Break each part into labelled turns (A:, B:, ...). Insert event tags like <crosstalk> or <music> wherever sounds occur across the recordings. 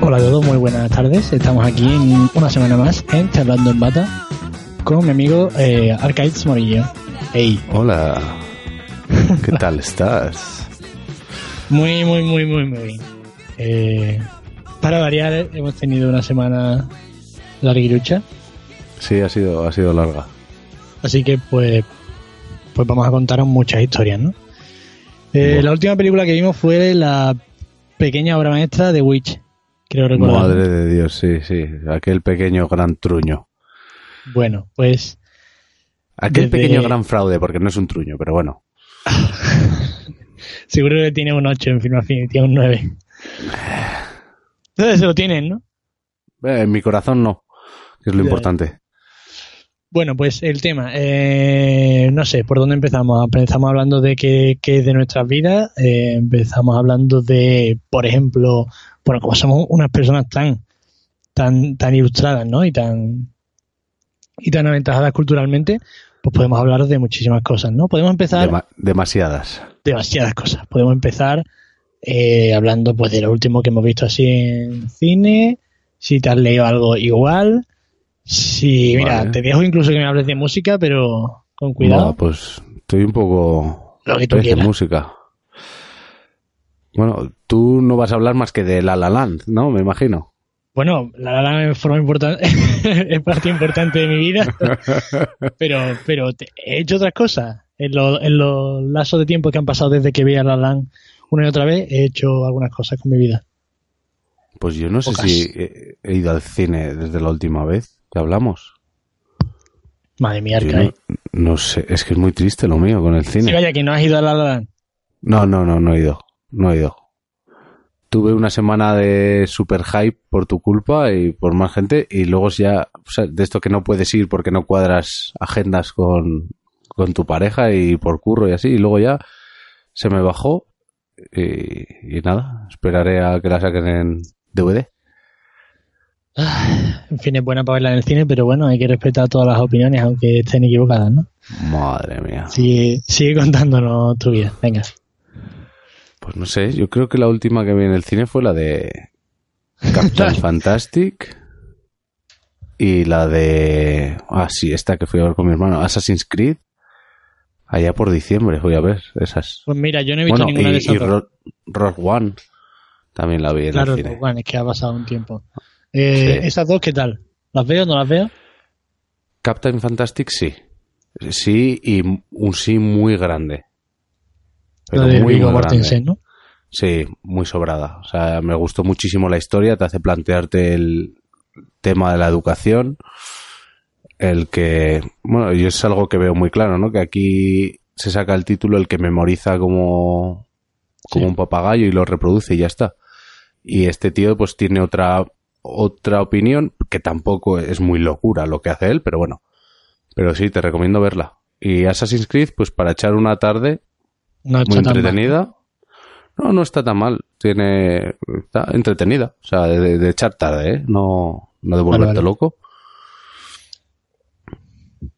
A: Hola a todos, muy buenas tardes. Estamos aquí en una semana más en Charlando en Bata con mi amigo eh, Arcaiz Morillo. Hey,
B: Hola.
A: <laughs>
B: ¿Qué tal estás?
A: muy, muy, muy, muy, muy bien. Eh, para variar, eh, hemos tenido una semana larguirucha,
B: Sí, ha sido, ha sido larga.
A: así que pues, pues vamos a contar muchas historias, ¿no? Eh,
B: Buah.
A: La última película que vimos fue la pequeña obra maestra de Witch, creo recordar.
B: Madre de Dios, sí, sí. Aquel pequeño gran truño.
A: Bueno, pues
B: Aquel
A: Desde-
B: pequeño gran fraude, porque no es un truño, pero bueno.
A: Seguro que tiene un 8 en Film Affinity, un 9. Entonces se lo tienen, ¿no?
B: Eh, en mi corazón no, que es lo
A: Ya, ya.
B: importante.
A: Bueno, pues el tema, eh, no sé, ¿por dónde empezamos? Empezamos hablando de qué, qué es de nuestras vidas, eh, empezamos hablando de, por ejemplo, bueno, como somos unas personas tan, tan, tan ilustradas, ¿no? Y tan, y tan aventajadas culturalmente, pues podemos hablar de muchísimas cosas, ¿no? Podemos empezar
B: Dema- demasiadas.
A: demasiadas cosas. Podemos empezar eh, hablando pues de lo último que hemos visto así en cine, si te has leído algo igual, si mira,
B: Vale.
A: te dejo incluso que me hables de música, pero con cuidado,
B: Buah, pues estoy un poco...
A: lo que tú
B: pez pues de
A: quieras.
B: música. Bueno, tú no vas a hablar más que de La La Land, ¿no? Me imagino.
A: Bueno, la la Land es forma importante, <laughs> es parte importante de mi vida,
B: <laughs>
A: pero, pero te- he hecho otras cosas. En, lo- en los lazos de tiempo que han pasado desde que vi a La La Land una y otra vez, he hecho algunas cosas con mi vida.
B: Pues yo no sé
A: Pocas.
B: si he, he ido al cine desde la última vez que hablamos.
A: Madre mía,
B: Yo
A: Arcade.
B: no, no sé, es que es muy triste lo mío con el
A: ¿eh? Sí,
B: cine.
A: vaya, que no has ido a La La Land.
B: No, no, no, no he ido. No he ido. Tuve una semana de super hype por tu culpa y por más gente y luego ya, o sea, de esto que no puedes ir porque no cuadras agendas con, con tu pareja y por curro y así, y luego ya se me bajó y, y nada, esperaré a que la saquen en DVD.
A: <sighs> En fin, es buena para verla en el cine, pero bueno, hay que respetar todas las opiniones, aunque estén equivocadas, ¿no?
B: Madre mía.
A: Sigue, sigue contándonos tu vida, venga.
B: Pues no sé, yo creo que la última que vi en el cine fue la de
A: <laughs>
B: Captain Fantastic y la de... Ah, sí, esta que fui a ver con mi hermano, Assassin's Creed. Allá por diciembre voy a ver esas.
A: Pues mira, yo no he visto
B: Bueno, y,
A: ninguna de esas
B: y
A: dos.
B: Ro- Rogue One también la vi en
A: Claro, pues,
B: el cine.
A: bueno, es que ha pasado un tiempo. Eh,
B: Sí.
A: ¿Esas dos qué tal? ¿Las veo o no las veo?
B: Captain Fantastic sí. Sí y un sí muy grande. Pero
A: La de
B: muy,
A: Viggo
B: muy grande.
A: Mortensen, ¿no?
B: Sí, muy sobrada. O sea, me gustó muchísimo la historia, te hace plantearte el tema de la educación, el que, bueno, yo es algo que veo muy claro, ¿no? Que aquí se saca el título el que memoriza como, como
A: Sí.
B: un papagayo y lo reproduce y ya está. Y este tío pues tiene otra, otra opinión, que tampoco es muy locura lo que hace él, pero bueno. Pero sí, te recomiendo verla. Y Assassin's Creed, pues para echar una tarde,
A: No está tan
B: muy
A: mal.
B: entretenida. No, no está tan mal. Tiene está entretenida, o sea, de, de- de echar tarde, ¿eh? No, no de
A: Vale,
B: volverte
A: vale.
B: loco.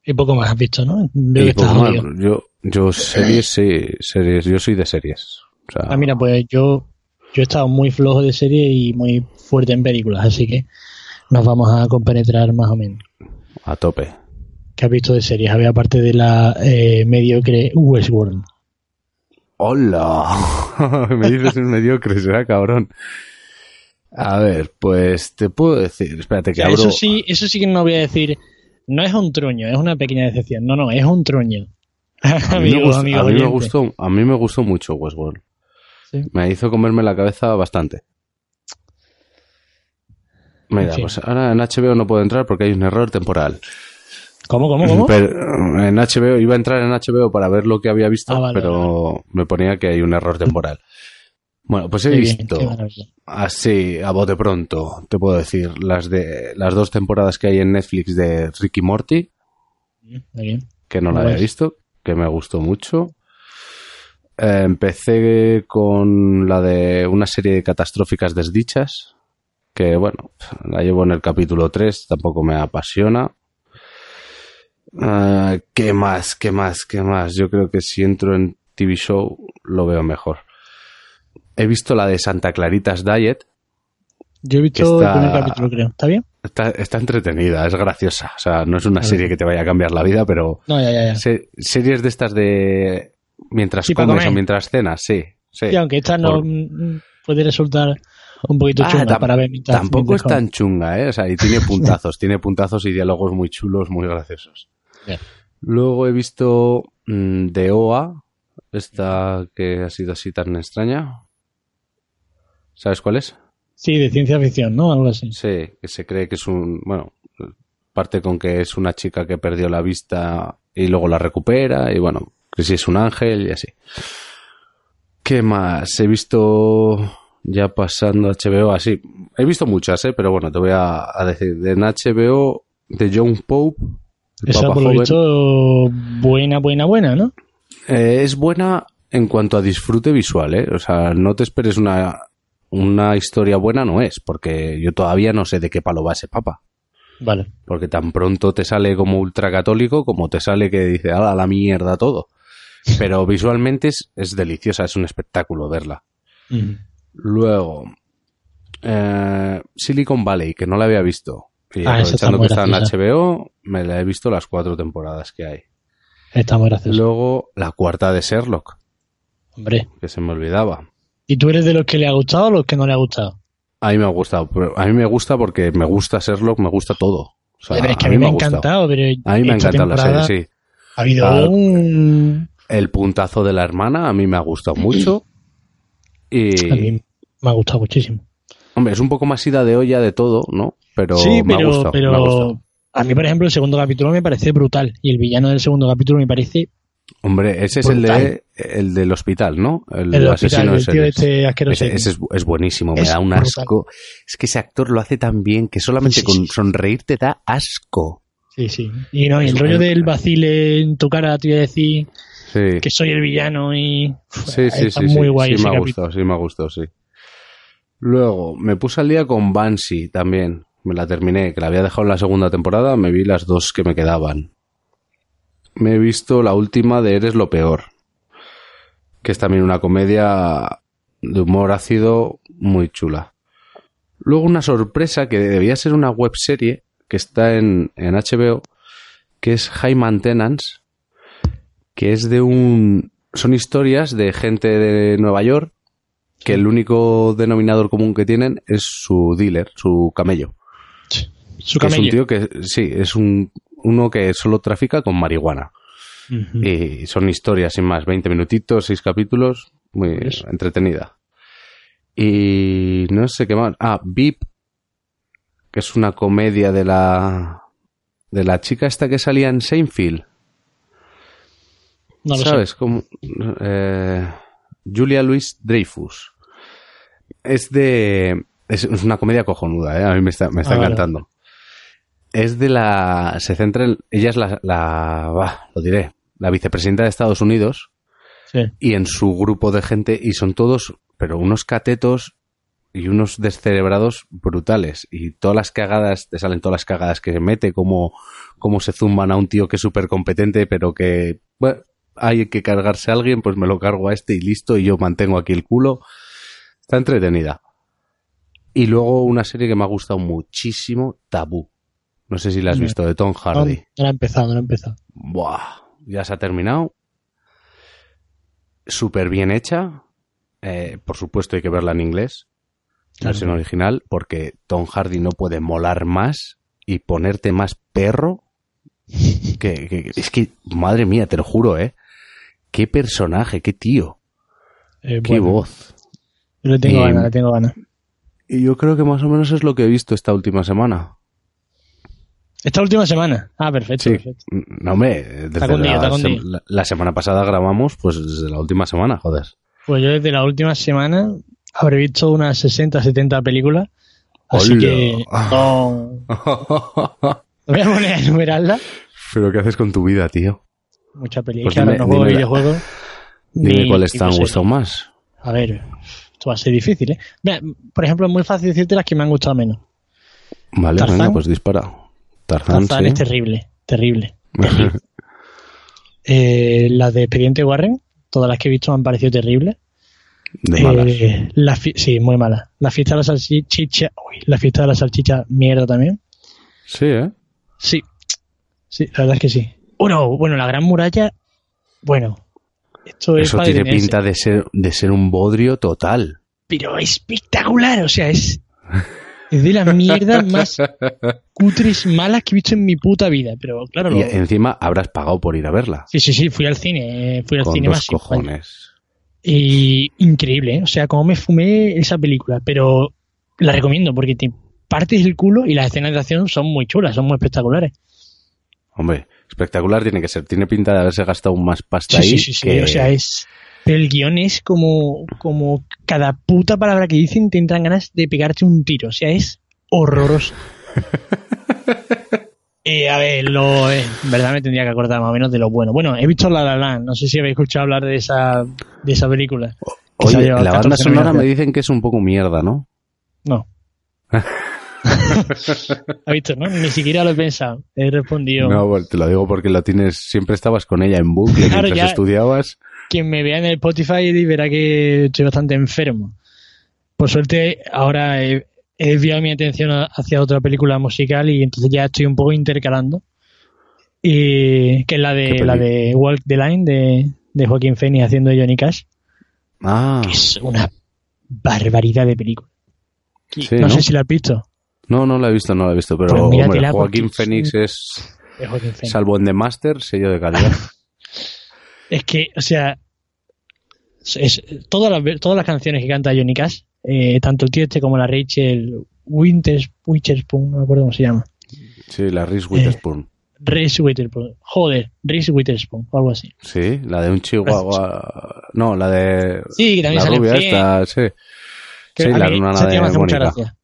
A: Y poco más has visto, ¿no? Veo que
B: Y poco
A: estás
B: más.
A: jodido.
B: yo, yo series sí, series, yo soy de series. O sea,
A: Ah, mira, pues yo, yo he estado muy flojo de serie y muy fuerte en películas, así que nos vamos a compenetrar más o menos.
B: a tope.
A: ¿Qué has visto de series? Había aparte de la eh, mediocre Westworld.
B: ¡Hola! <laughs> Me dices un mediocre, será cabrón. A ver, pues te puedo decir, espérate que
A: O sea,
B: abro.
A: Eso sí, eso sí que no voy a decir. No es un truño, <laughs> es una pequeña decepción. No, no, es un truño.
B: A mí, amigos, me, gustó, a mí me gustó, a mí me gustó mucho Westworld. ¿Sí? Me hizo comerme la cabeza bastante. Mira, sí. pues ahora en HBO no puedo entrar porque hay un error temporal.
A: ¿Cómo, cómo, cómo?
B: Pero mm, en HBO, iba a entrar en HBO para ver lo que había visto, ah, vale, pero vale. me ponía que hay un error <laughs> temporal. Bueno, pues he qué visto, bien, así, a bote pronto, te puedo decir, las de las dos temporadas que hay en Netflix de Ricky Morty,
A: bien.
B: que no la había ves? visto, que me gustó mucho. Eh, empecé con la de una serie de catastróficas desdichas, que bueno, la llevo en el capítulo 3, tampoco me apasiona. Uh, ¿Qué más? ¿Qué más? ¿Qué más? Yo creo que si entro en TV Show lo veo mejor. He visto la de Santa Claritas Diet.
A: Yo he visto está, el primer capítulo, creo. ¿Está bien?
B: Está, está, entretenida, es graciosa. O sea, no es una serie que te vaya a cambiar la vida, pero.
A: No, ya, ya, ya.
B: Se, series de estas de. Mientras sí, comes o mientras cenas, sí. Sí,
A: y aunque esta Por... no puede resultar un poquito ah, chunga para ver mitad,
B: Tampoco es tan chunga, ¿eh? O sea, y tiene puntazos, tiene puntazos y diálogos muy chulos, muy graciosos. Yeah. Luego he visto mmm, de OA, esta que ha sido así tan extraña. ¿Sabes cuál es?
A: Sí, de ciencia ficción, ¿no? Algo así.
B: Sí, que se cree que es un. Bueno, parte con que es una chica que perdió la vista y luego la recupera, y bueno, que si sí es un ángel y así. ¿Qué más? He visto ya pasando a HBO, así. He visto muchas, ¿eh? pero bueno, te voy a, a decir. En HBO, de John Pope.
A: Esa, por lo visto, buena, buena, buena, ¿no?
B: Eh, es buena en cuanto a disfrute visual, ¿eh? O sea, no te esperes una, una historia buena, no es, porque yo todavía no sé de qué palo va ese papa.
A: Vale.
B: Porque tan pronto te sale como ultracatólico como te sale que dice, a la mierda todo. Pero visualmente es, es deliciosa, es un espectáculo verla. Uh -huh. Luego, eh, Silicon Valley, que no la había visto. Y
A: ah,
B: aprovechando
A: que está
B: en HBO, me la he visto las cuatro temporadas que hay.
A: Está muy graciosa.
B: Luego, la cuarta de Sherlock.
A: Hombre.
B: Que se me olvidaba.
A: ¿Y tú eres de los que le ha gustado o los que no le ha gustado?
B: A mí me ha gustado. Pero a mí me gusta porque me gusta Sherlock, me gusta todo. O sea,
A: pero es que a mí, me, ha encantado. Pero
B: a mí me ha encantado la serie, sí.
A: Ha habido Al, un...
B: El puntazo de la hermana a mí me ha gustado mucho. Y...
A: A mí me ha gustado muchísimo.
B: Hombre, es un poco más ida de olla de todo, ¿no? Pero
A: sí,
B: me
A: pero,
B: ha gustado,
A: pero
B: me ha gustado.
A: a mí, por ejemplo, el segundo capítulo me parece brutal y el villano del segundo capítulo me parece.
B: Hombre, ese brutal. es el de el del hospital, ¿no?
A: El, el asesino hospital, el tío este asqueroso.
B: Ese, ese es, es, buenísimo, me es da un brutal. asco. Es que ese actor lo hace tan bien que solamente sí, con sí. sonreír te da asco.
A: Sí, sí. Y no, y el es rollo un... del vacile en tu cara te iba a decir. Sí. que soy el villano y
B: sí, sí,
A: está
B: sí,
A: muy
B: sí.
A: guay.
B: Sí,
A: ese
B: me ha
A: capítulo.
B: gustado, sí, me ha gustado, sí. Luego, me puse al día con Banshee también. Me la terminé, que la había dejado en la segunda temporada, me vi las dos que me quedaban. Me he visto la última de Eres lo peor, que es también una comedia de humor ácido muy chula. Luego una sorpresa que debía ser una web serie que está en, en HBO, que es High Maintenance, que es de un... Son historias de gente de Nueva York que el único denominador común que tienen es su dealer, su camello.
A: Su camello.
B: Es un tío que, sí, es un, uno que solo trafica con marihuana. Uh
A: Mm.
B: -huh. Y son historias, sin más, 20 minutitos, 6 capítulos, muy
A: Pues
B: ¿Ves? entretenida. Y no sé qué más. Ah, Beep, que es una comedia de la, de la chica esta que salía en Seinfeld.
A: No lo
B: ¿Sabes? Como, eh, Julia Louis Dreyfus. Es de. Es una comedia cojonuda, ¿eh? a mí me está, me está ah, encantando. Vale. Es de la. Se centra en. Ella es la. la bah, lo diré. La vicepresidenta de Estados Unidos.
A: Sí.
B: Y en su grupo de gente. Y son todos. Pero unos catetos. Y unos descerebrados brutales. Y todas las cagadas. Te salen todas las cagadas que se mete. Como. Cómo se zumban a un tío que es súper competente. Pero que. Bueno, hay que cargarse a alguien, pues me lo cargo a este y listo, y yo mantengo aquí el culo. Está entretenida. Y luego una serie que me ha gustado muchísimo, Tabú. No sé si la has visto, de Tom Hardy.
A: No, no la he empezado, no la he empezado.
B: Buah, ya se ha terminado. Súper bien hecha. Eh, por supuesto hay que verla en inglés, claro. versión original, porque Tom Hardy no puede molar más y ponerte más perro que, que, es que, madre mía, te lo juro, ¿eh? qué personaje, qué tío,
A: Eh,
B: qué
A: bueno,
B: voz.
A: Yo le tengo
B: Eh,
A: ganas, le tengo ganas.
B: Y yo creo que más o menos es lo que he visto esta última semana.
A: Esta última semana. Ah, perfecto.
B: Sí,
A: perfecto.
B: Mm, no me. Desde
A: conmigo,
B: la,
A: está conmigo.
B: sem- la- la semana pasada grabamos, pues desde la última semana, joder.
A: Pues yo desde la última semana habré visto unas 60, 70 películas. Así
B: Hola.
A: que no, no voy a poner a enumerarlas.
B: Pero ¿qué haces con tu vida, tío?
A: Muchas
B: Pues
A: películas, claro,
B: dime-
A: no juego
B: dime la-
A: videojuegos.
B: Dime
A: ni-
B: cuáles
A: ni
B: te han
A: series.
B: gustado más.
A: A ver, esto va a ser difícil, ¿eh? Mira, por ejemplo, es muy fácil decirte las que me han gustado menos.
B: Vale,
A: ¿Tarzán?
B: venga, pues dispara. Tarzán,
A: Tarzán este
B: Ah, sí. <laughs>
A: es terrible, terrible. terrible. Eh, las de Expediente Warren, todas las que he visto me han parecido terribles.
B: De
A: Eh,
B: malas.
A: la fi- sí, muy mala. La fiesta de la salchicha, uy, la fiesta de la salchicha, mierda también.
B: Sí, ¿eh?
A: Sí, sí, la verdad es que sí. Uno, bueno, la gran muralla, bueno, esto es
B: Eso
A: para
B: tiene
A: detenerse,
B: pinta de ser, de ser un bodrio total.
A: pero espectacular, o sea, es, es de las
B: <laughs>
A: mierdas más cutres malas que he visto en mi puta vida. Pero claro,
B: Y
A: lo-
B: encima habrás pagado por ir a verla.
A: sí, sí, sí, fui al cine, eh, fui al
B: Con
A: cine
B: dos
A: más
B: cojones.
A: Y increíble, ¿eh? o sea, como me fumé esa película, pero la recomiendo porque te partes el culo y las escenas de acción son muy chulas, son muy espectaculares.
B: Hombre, espectacular tiene que ser. Tiene pinta de haberse gastado más pasta
A: Sí,
B: ahí.
A: sí, sí, sí,
B: que-
A: o sea, es... Pero el guión es como, como cada puta palabra que dicen te entran ganas de pegarte un tiro, o sea, es <laughs> horroroso. Eh, a ver, lo, eh, en verdad me tendría que acordar más o menos de lo bueno. Bueno, he visto La La Land, no sé si habéis escuchado hablar de esa, de esa película. que se ha
B: Oye,
A: llevado
B: la banda
A: 14
B: sonora me
A: nominaciones.
B: dicen que es un poco mierda, ¿no?
A: <laughs> No. ¿Has visto, no? Ni siquiera lo he pensado. He respondido.
B: No, bueno, te lo digo porque lo tienes, siempre estabas con ella en bucle
A: Claro,
B: mientras
A: ya.
B: estudiabas.
A: Quien me vea en el Spotify verá que estoy bastante enfermo. Por suerte, ahora he, he desviado mi atención a- hacia otra película musical y entonces ya estoy un poco intercalando. Y, que es la
B: ¿Qué
A: de
B: peli?
A: la de Walk the Line de, de Joaquín Phoenix haciendo de Johnny Cash.
B: Ah,
A: que es una barbaridad de película. Y
B: Sí,
A: no,
B: ¿no?
A: sé si la has visto.
B: no, no la he visto, no la he visto, pero
A: Pues
B: hombre,
A: míratela porque
B: Joaquín
A: es
B: Fénix es,
A: de Joaquín Phoenix.
B: salvo en The Master, sello de
A: <laughs>
B: calidad.
A: Es que, o sea, es- es- todas, las, ve- todas las canciones que canta Johnny Cash, eh, tanto el tío este como la Rachel Winters, Witherspoon, no me acuerdo cómo se llama.
B: Sí, la Reese Witherspoon.
A: Reese Witherspoon, joder, Reese Witherspoon, o algo así.
B: Sí, la de un
A: Pues,
B: chihuahua. No, la de
A: Sí, que también
B: la
A: sale en
B: rubia
A: Friends,
B: esta, sí.
A: que
B: sí,
A: a
B: la
A: mí
B: hermana
A: esa tía
B: de
A: me hace mucha
B: Mónica.
A: gracia.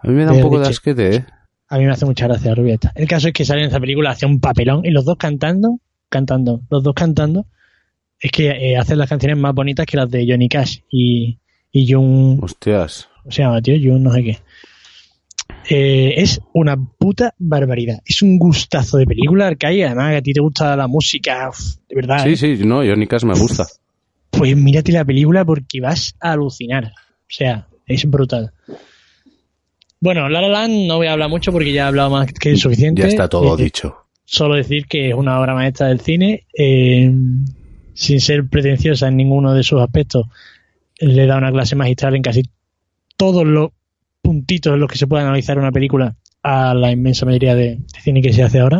B: A mí me da
A: De
B: un poco de
A: Richie.
B: asquete, ¿eh?
A: A mí me hace mucha gracia la rubia esta. El caso es que sale en esa película, hace un papelón, y los dos cantando, cantando, los dos cantando, es que eh, hacen las canciones más bonitas que las de Johnny Cash y, y Jung,
B: Hostias.
A: O sea, tío, yo no sé qué. Eh, es una puta barbaridad. Es un gustazo de película arcaica. Además, que a ti te gusta la música, uf, de verdad.
B: Sí,
A: ¿eh?
B: sí, no, Johnny Cash me gusta.
A: Pues mírate la película porque vas a alucinar. O sea, es brutal. Bueno, La La Land no voy a hablar mucho porque ya he hablado más que suficiente.
B: Ya
A: <laughs>
B: está todo
A: Eh,
B: dicho.
A: Solo decir que es una obra maestra del cine. eh, sin ser pretenciosa en ninguno de sus aspectos, le da una clase magistral en casi todos los puntitos en los que se puede analizar una película a la inmensa mayoría de, de cine que se hace ahora.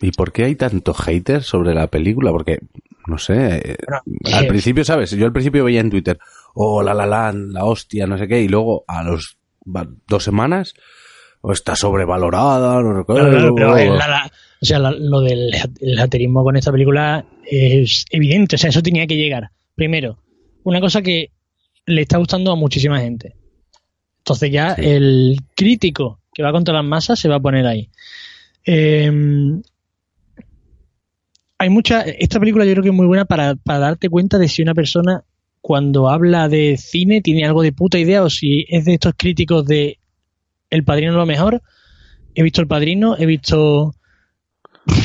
B: ¿Y por qué hay tanto hater sobre la película? Porque, no sé, eh,
A: Bueno,
B: al
A: eh,
B: principio, ¿sabes? Yo al principio veía en Twitter, oh, la la la, la hostia, no sé qué, y luego a los va- dos semanas, "Oh, está sobrevalorada, no sé qué,
A: claro, claro, pero,
B: bla,
A: eh,
B: bla".
A: la- la- o sea, la- lo del hat- el haterismo con esta película es evidente. O sea, eso tenía que llegar. Primero, una cosa que le está gustando a muchísima gente. Entonces ya
B: Sí.
A: el crítico que va contra las masas se va a poner ahí. Eh, hay mucha. Esta película yo creo que es muy buena para, para darte cuenta de si una persona cuando habla de cine tiene algo de puta idea o si es de estos críticos de El Padrino es lo mejor. He visto El Padrino, he visto.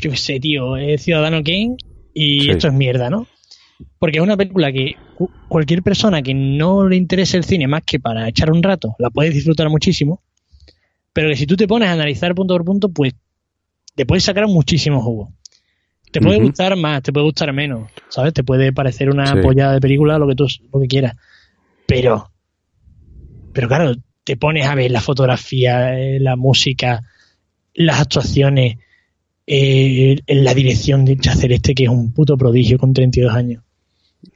A: Yo qué sé, tío, eh, Ciudadano Kane y
B: Sí.
A: esto es mierda, ¿no? Porque es una película que cu- cualquier persona que no le interese el cine más que para echar un rato, la puedes disfrutar muchísimo, pero que si tú te pones a analizar punto por punto, pues te puedes sacar muchísimo jugo. Te puede
B: Ujú.
A: gustar más, te puede gustar menos, ¿sabes? Te puede parecer una
B: Sí.
A: pollada de película, lo que tú lo que quieras. Pero, pero claro, te pones a ver la fotografía, eh, la música, las actuaciones, eh, la dirección de Hincha Celeste, que es un puto prodigio con 32 años.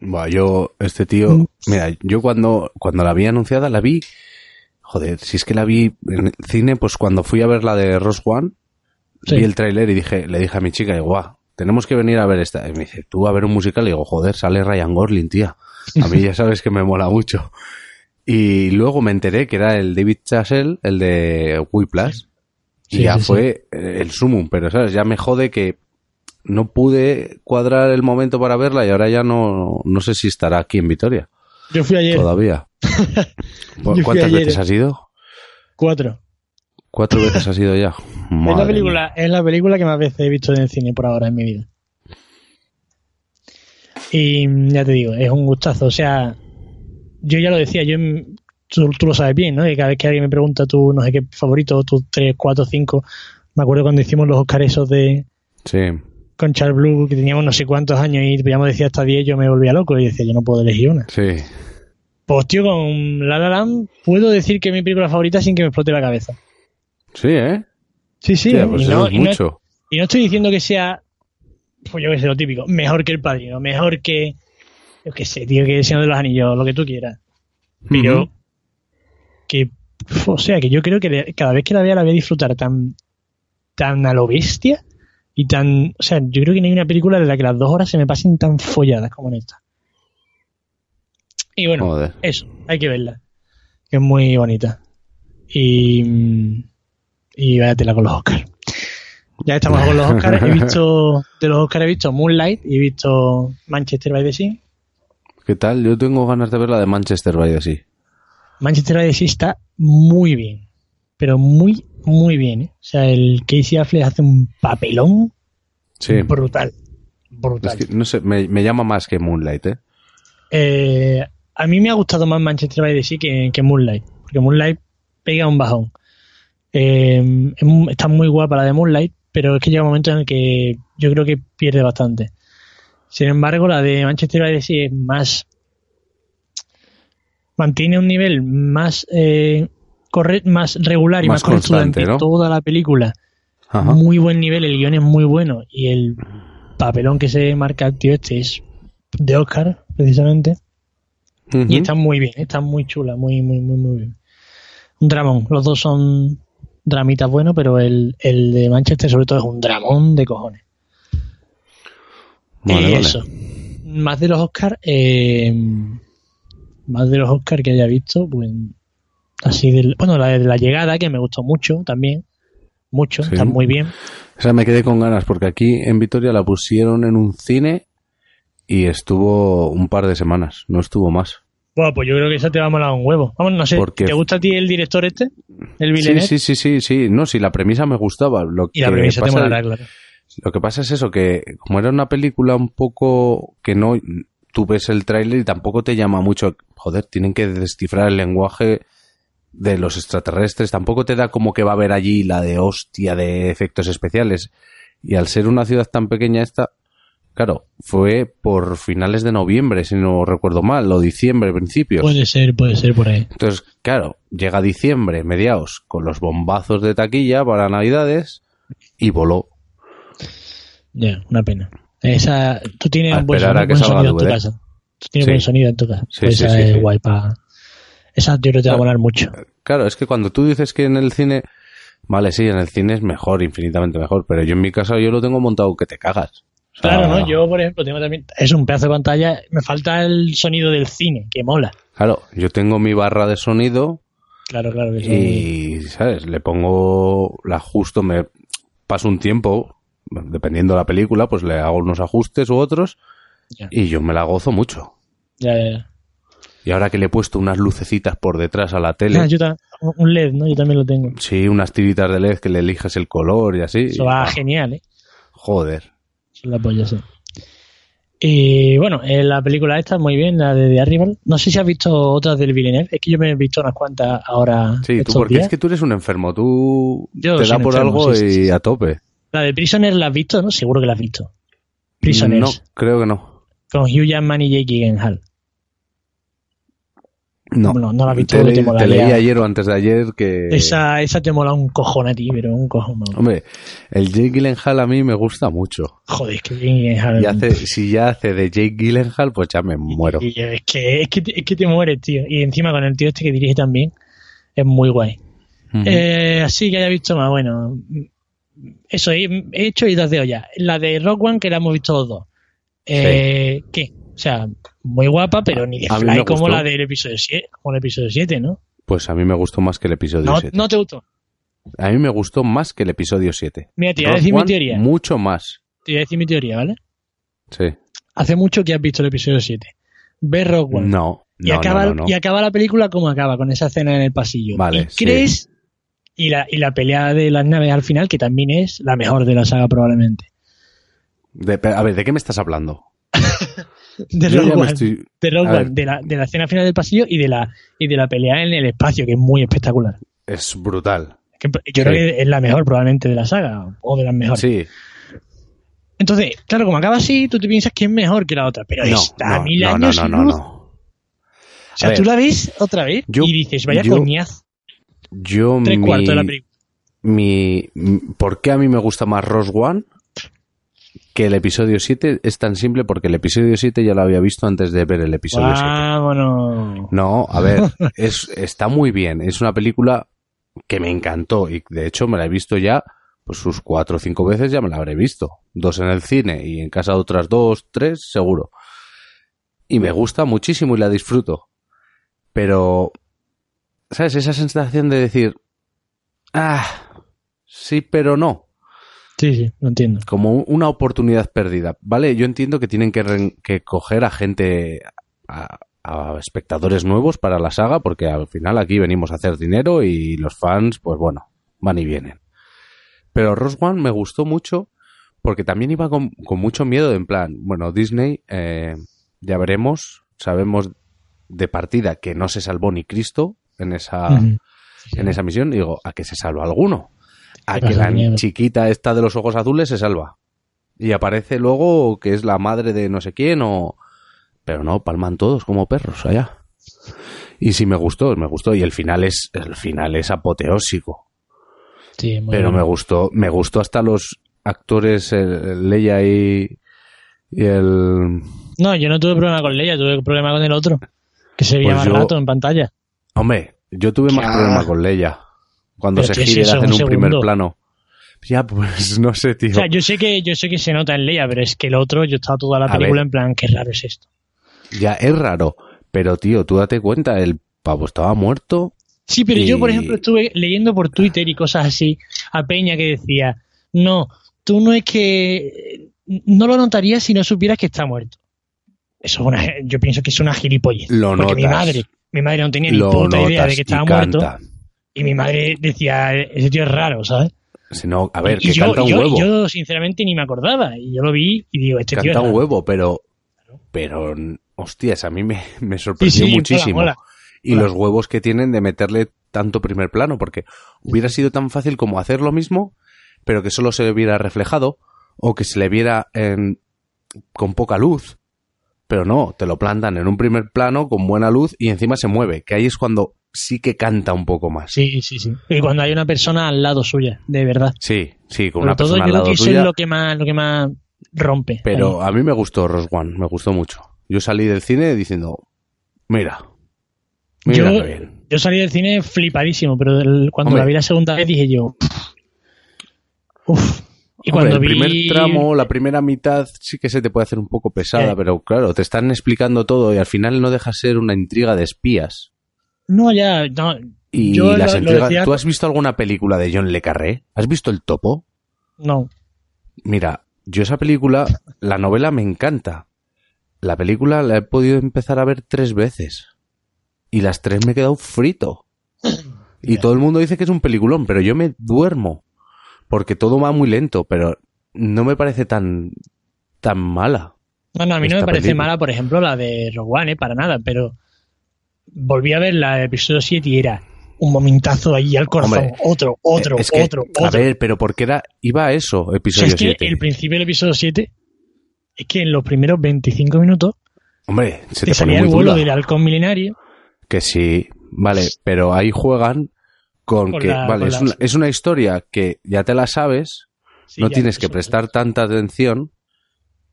B: Buah, yo, este tío, mira, yo cuando, cuando la vi anunciada, la vi, joder, si es que la vi en el cine, pues cuando fui a ver la de Ross One,
A: Sí.
B: vi el tráiler y dije, le dije a mi chica, digo, guau, tenemos que venir a ver esta. Y me dice, tú a ver un musical, y digo, joder, sale Ryan Gosling, tía. A mí ya sabes que me mola mucho. Y luego me enteré que era el David Chazelle, el de Whiplash. Y
A: Sí,
B: ya
A: sí, sí.
B: fue eh, el sumum, pero sabes, ya me jode que no pude cuadrar el momento para verla y ahora ya no, no sé si estará aquí en Vitoria
A: <laughs> Yo fui ayer, <laughs>
B: todavía. ¿Cu-
A: fui
B: ¿Cuántas
A: ayer. eh.
B: veces has ido?
A: cuatro.
B: Cuatro veces has ido ya.
A: <laughs> Es la,
B: Madre
A: película, es la película que más veces he visto en el cine por ahora en mi vida. Y mm, ya te digo, es un gustazo. O sea, yo ya lo decía, yo en- tú, tú lo sabes bien, ¿no? Que cada vez que alguien me pregunta tu no sé qué favorito, tus 3, 4, 5, me acuerdo cuando hicimos los Oscar esos de
B: Sí.
A: con Charles Blue, que teníamos no sé cuántos años y podíamos decir hasta 10, yo me volvía loco y decía, yo no puedo elegir una.
B: Sí,
A: Pues tío, con La La Land puedo decir que es mi película favorita sin que me explote la cabeza.
B: sí, ¿eh?
A: Sí, sí,
B: Tía,
A: ¿eh?
B: pues
A: Y
B: eso
A: no-
B: es
A: y no-
B: mucho.
A: y no estoy diciendo que sea, pues yo que sé, lo típico, mejor que el padrino, mejor que, yo que sé, tío, que el Señor de los Anillos, lo que tú quieras. Pero
B: Ujú.
A: que, uf, o sea, que yo creo que le- cada vez que la vea la voy a disfrutar tan, tan a lo bestia y tan, o sea, yo creo que no hay una película en la que las dos horas se me pasen tan folladas como en esta. Y bueno,
B: Joder.
A: eso, hay que verla. Que es muy bonita. Y. mm, Y váyatela con los Oscars. Ya estamos con los Oscars. He visto. De los Oscars he visto Moonlight y he visto Manchester by the Sea.
B: ¿Qué tal? Yo tengo ganas de ver la de Manchester by the Sea.
A: Manchester by the Sea está muy bien. Pero muy, muy bien. ¿eh? O sea, el Casey Affleck hace un papelón
B: Sí.
A: brutal.
B: Es
A: Brutal.
B: que, no sé, me, me llama más que Moonlight, ¿eh?
A: Eh, a mí me ha gustado más Manchester by the Sea que, que Moonlight, porque Moonlight pega un bajón. Eh, es mu- está muy guapa la de Moonlight, pero es que llega un momento en el que yo creo que pierde bastante. Sin embargo, la de Manchester by the Sea es más. mantiene un nivel más, eh, corre- más regular y
B: Más
A: más, correcto
B: constante,
A: durante
B: ¿no?
A: toda la película
B: Ajá.
A: muy buen nivel, el guión es muy bueno y el papelón que se marca el tío este es de Oscar, precisamente. Y
B: Ujú.
A: está muy bien, está muy chula, muy, muy, muy, muy bien. Un dramón, los dos son dramitas buenos, pero el, el de Manchester sobre todo es un dramón de cojones.
B: Vale,
A: Y
B: vale.
A: eso. Más de los Oscar, eh, más de los Oscar que haya visto, pues así del, bueno, la de la llegada que me gustó mucho también, mucho,
B: Sí.
A: está muy bien.
B: O sea, me quedé con ganas porque aquí en Vitoria la pusieron en un cine y estuvo un par de semanas, no estuvo más.
A: Bueno, pues yo creo que esa te va a molar un huevo. Vamos, no sé,
B: Porque-
A: ¿te gusta a ti el director este? El
B: Sí,
A: Villeneuve.
B: sí, sí, sí, sí. No, si la premisa me gustaba. Lo
A: Y la
B: que
A: premisa te
B: pasa-
A: molará, claro.
B: Lo que pasa es eso, que como era una película un poco que no... Tú ves el tráiler y tampoco te llama mucho... Joder, tienen que descifrar el lenguaje de los extraterrestres. Tampoco te da como que va a haber allí la de hostia de efectos especiales. Y al ser una ciudad tan pequeña esta... Claro, fue por finales de noviembre, si no recuerdo mal, o diciembre, principios.
A: Puede ser, puede ser por ahí.
B: Entonces, claro, llega diciembre, mediados, con los bombazos de taquilla para Navidades y voló.
A: Ya, una pena. Esa, tú tienes
B: A
A: un buen
B: esperar
A: sonido,
B: a
A: buen
B: que salga
A: sonido en tu
B: DVD.
A: casa. Tú tienes
B: Sí.
A: buen sonido en tu casa.
B: Sí,
A: Pues
B: sí,
A: esa
B: sí,
A: es
B: sí.
A: guay pa- Esa yo creo que te va a molar mucho.
B: Claro, es que cuando tú dices que en el cine, vale, sí, en el cine es mejor, infinitamente mejor, pero yo en mi casa yo lo tengo montado que te cagas. O sea,
A: Claro, ¿no? Yo, por ejemplo, tengo también... Es un pedazo de pantalla. Me falta el sonido del cine, que mola.
B: Claro, yo tengo mi barra de sonido
A: Claro, claro. que eso-
B: y, ¿sabes? Le pongo la justo, me paso un tiempo, bueno, dependiendo de la película, pues le hago unos ajustes u otros
A: Ya.
B: y yo me la gozo mucho.
A: ya, ya, ya.
B: Y ahora que le he puesto unas lucecitas por detrás a la tele,
A: Ah, yo ta- un LED, ¿no? Yo también lo tengo.
B: Sí, unas tiritas de LED que le eliges el color y así.
A: Eso va genial, ¿eh?
B: Joder.
A: Son la polla, sí. Y bueno, eh, la película esta muy bien, la de The Arrival. No sé si has visto otras del Villeneuve. Es que yo me he visto unas cuantas ahora.
B: Sí, tú,
A: estos
B: porque
A: días.
B: es que tú eres un enfermo. Tú
A: Yo
B: te
A: soy
B: da
A: un
B: por
A: enfermo,
B: algo
A: sí, sí,
B: y
A: sí.
B: a tope.
A: La de Prisoner la has visto, ¿no? Seguro que la has visto. Prisoners.
B: No, creo que no.
A: Con Hugh Jackman y Jake Gyllenhaal.
B: No,
A: no, no la he visto,
B: Te,
A: te
B: leí- te
A: molaría.
B: leí ayer o antes de ayer que...
A: Esa, esa te mola un cojón a ti, pero un cojón. vamos.
B: Hombre, el Jake Gyllenhaal a mí me gusta mucho.
A: Joder, es que bien, es
B: Y
A: algo-
B: hace, si ya hace de Jake Gyllenhaal, pues ya me muero.
A: Eh. Y es, que, es, que, te- es que te mueres, tío. Y encima con el tío este que dirige también, es muy guay.
B: Ujú.
A: Eh, así que haya visto más, bueno. Eso, he he hecho idas de olla. La de Rock One, que la hemos visto los dos. Eh, ¿Qué? O sea, muy guapa, pero ni de
B: A mí
A: fly
B: me
A: como
B: gustó.
A: la del episodio 7, como el episodio 7 ¿no?
B: Pues a mí me gustó más que el episodio
A: No,
B: 7.
A: no te gustó.
B: A mí me gustó más que el episodio 7.
A: Mira, te voy a
B: Rogue
A: decir mi
B: One,
A: teoría.
B: Mucho más.
A: Te voy a decir mi teoría, ¿vale?
B: Sí.
A: Hace mucho que has visto el episodio 7. Ve Rock One.
B: No,
A: y,
B: no,
A: acaba,
B: no, no, no.
A: y acaba la película como acaba, con esa escena en el pasillo.
B: Vale,
A: y crees. Y la, y la pelea de las naves al final, que también es la mejor de la saga probablemente.
B: De- pe- a ver, ¿de qué me estás hablando?
A: De
B: Yo ya
A: Rogue
B: me
A: One.
B: estoy-
A: De Rogue
B: A ver.
A: One, de la, de la escena final del pasillo y de la y de la pelea en el espacio, que es muy espectacular.
B: Es brutal.
A: Que yo creo
B: Sí.
A: que es la mejor probablemente de la saga, o de las mejores.
B: Sí.
A: Entonces, claro, como acaba así, tú te piensas que es mejor que la otra, pero
B: No,
A: está
B: no,
A: a mil
B: no, no,
A: años
B: no,
A: luz.
B: no, no.
A: O sea,
B: A ver.
A: tú la ves otra vez
B: Yo-
A: y dices, vaya
B: yo-
A: coñazo,
B: Yo
A: tres
B: mi-
A: cuartos de la película.
B: mi, m- ¿Por qué a mí me gusta más Rose One que el episodio 7? Es tan simple porque el episodio 7 ya lo había visto antes de ver el episodio
A: Ah,
B: 7.
A: Vámonos.
B: No, a ver, es, está muy bien. Es una película que me encantó y de hecho me la he visto ya pues sus cuatro o cinco veces ya me la habré visto. Dos en el cine y en casa otras dos, tres, seguro. Y me gusta muchísimo y la disfruto. Pero, ¿sabes? Esa sensación de decir, ah, sí, pero no
A: Sí, sí, lo entiendo.
B: como un- una oportunidad perdida, ¿vale? Yo entiendo que tienen que, ren- que coger a gente, a, a espectadores nuevos para la saga, porque al final aquí venimos a hacer dinero y los fans, pues bueno, van y vienen. Pero Rose One me gustó mucho porque también iba con, con mucho miedo, de en plan, bueno, Disney, eh, ya veremos, sabemos de partida que no se salvó ni Cristo Ah, en esa,
A: Ujú.
B: en esa misión, digo, a que se salva alguno. A
A: Qué
B: que la
A: pasa, miedo.
B: chiquita esta de los ojos azules se salva. Y aparece luego que es la madre de no sé quién o... Pero no, palman todos como perros allá. Y sí me gustó, me gustó. Y el final es, el final es apoteósico.
A: Sí, muy
B: Pero
A: bien.
B: me gustó, me gustó hasta los actores, el, el Leia y, y el...
A: No, yo no tuve problema con Leia, tuve problema con el otro. Que se veía
B: Pues
A: más
B: yo-
A: rato en pantalla.
B: Hombre, yo tuve más
A: Ya.
B: problema con Leia. Cuando
A: Pero
B: se
A: que si
B: gira y
A: eso
B: le
A: es
B: hacen
A: un
B: un primer
A: segundo.
B: plano. Ya, pues <laughs> no sé, tío.
A: O sea, yo sé que yo sé que se nota en Leia, pero es que el otro, yo estaba toda la
B: A
A: película
B: ver.
A: en plan, qué raro es esto.
B: Ya es raro, pero tío, tú date cuenta, el pavo estaba muerto.
A: Sí, pero yo, por
B: Y-
A: ejemplo, estuve leyendo por Twitter y cosas así a Peña que decía, no, tú no es que no lo notarías si no supieras que está muerto. Eso es una, yo pienso que es una gilipollez.
B: Lo
A: porque mi
B: notas.
A: madre, mi madre no tenía ni
B: Lo
A: puta idea
B: notas
A: de que
B: y
A: estaba
B: canta.
A: muerto y mi madre decía, ese tío es raro, ¿sabes?
B: Si no, a ver,
A: y
B: que
A: yo,
B: canta un
A: yo-
B: huevo.
A: yo, sinceramente ni me acordaba y yo lo vi y digo, este tío es
B: canta un
A: raro.
B: huevo, pero. Pero, hostias, a mí me, <laughs> me sorprendió
A: mola,
B: muchísimo.
A: mola.
B: y
A: mola.
B: los huevos que tienen de meterle tanto primer plano, porque hubiera sido tan fácil como hacer lo mismo, pero que solo se le viera reflejado o que se le viera en- con poca luz. Pero no, te lo plantan en un primer plano con buena luz y encima se mueve, que ahí es cuando sí que canta un poco más.
A: Sí, sí, sí. Y cuando hay una persona al lado suya, de verdad.
B: Sí, sí, con
A: Sobre
B: una
A: todo
B: persona
A: yo
B: al
A: creo
B: lado
A: que eso
B: tuya.
A: es lo que más, lo que más rompe.
B: Pero a mí me gustó Roswan, me gustó mucho. Yo salí del cine diciendo, mira, mira
A: Yo-
B: qué bien.
A: Yo salí del cine flipadísimo, pero el- cuando
B: Hombre.
A: la vi la segunda vez dije yo. Uf. Y
B: Hombre,
A: cuando
B: el
A: vi.
B: primer tramo, la primera mitad sí que se te puede hacer un poco pesada,
A: Eh.
B: pero claro, te están explicando todo y al final no deja ser una intriga de espías.
A: No, ya. No,
B: Y
A: Yo
B: las
A: lo- lo
B: intrigas-
A: decía-
B: ¿Tú has visto alguna película de John le Carré? ¿Has visto El Topo?
A: no.
B: Mira, yo esa película, la novela me encanta. La película la he podido empezar a ver tres veces. Y las tres me he
A: <clears throat>
B: quedado frito. Y
A: Ya.
B: todo el mundo dice que es un peliculón, pero yo me duermo. Porque todo va muy lento, pero no me parece tan, tan mala.
A: No, no, a mí no me
B: Esta
A: parece
B: película.
A: mala, por ejemplo, la de Rogue One, ¿eh? para nada, pero volví a ver la del episodio 7 y era un momentazo ahí al corazón,
B: Hombre,
A: otro, otro,
B: Eh, es que,
A: otro,
B: A
A: otro.
B: ver, pero porque era, iba a eso,
A: O sea,
B: episodio
A: es que
B: 7.
A: el principio del episodio 7 es que en los primeros 25 minutos
B: Hombre, se
A: te
B: te
A: salía
B: ponía
A: el
B: muy
A: vuelo
B: dura.
A: del halcón milenario
B: que sí, vale, pero ahí juegan con,
A: Con
B: que,
A: la-
B: vale,
A: con
B: es
A: la-
B: una, es una historia que ya te la sabes,
A: Sí,
B: no
A: ya,
B: tienes que
A: eso-
B: prestar tanta atención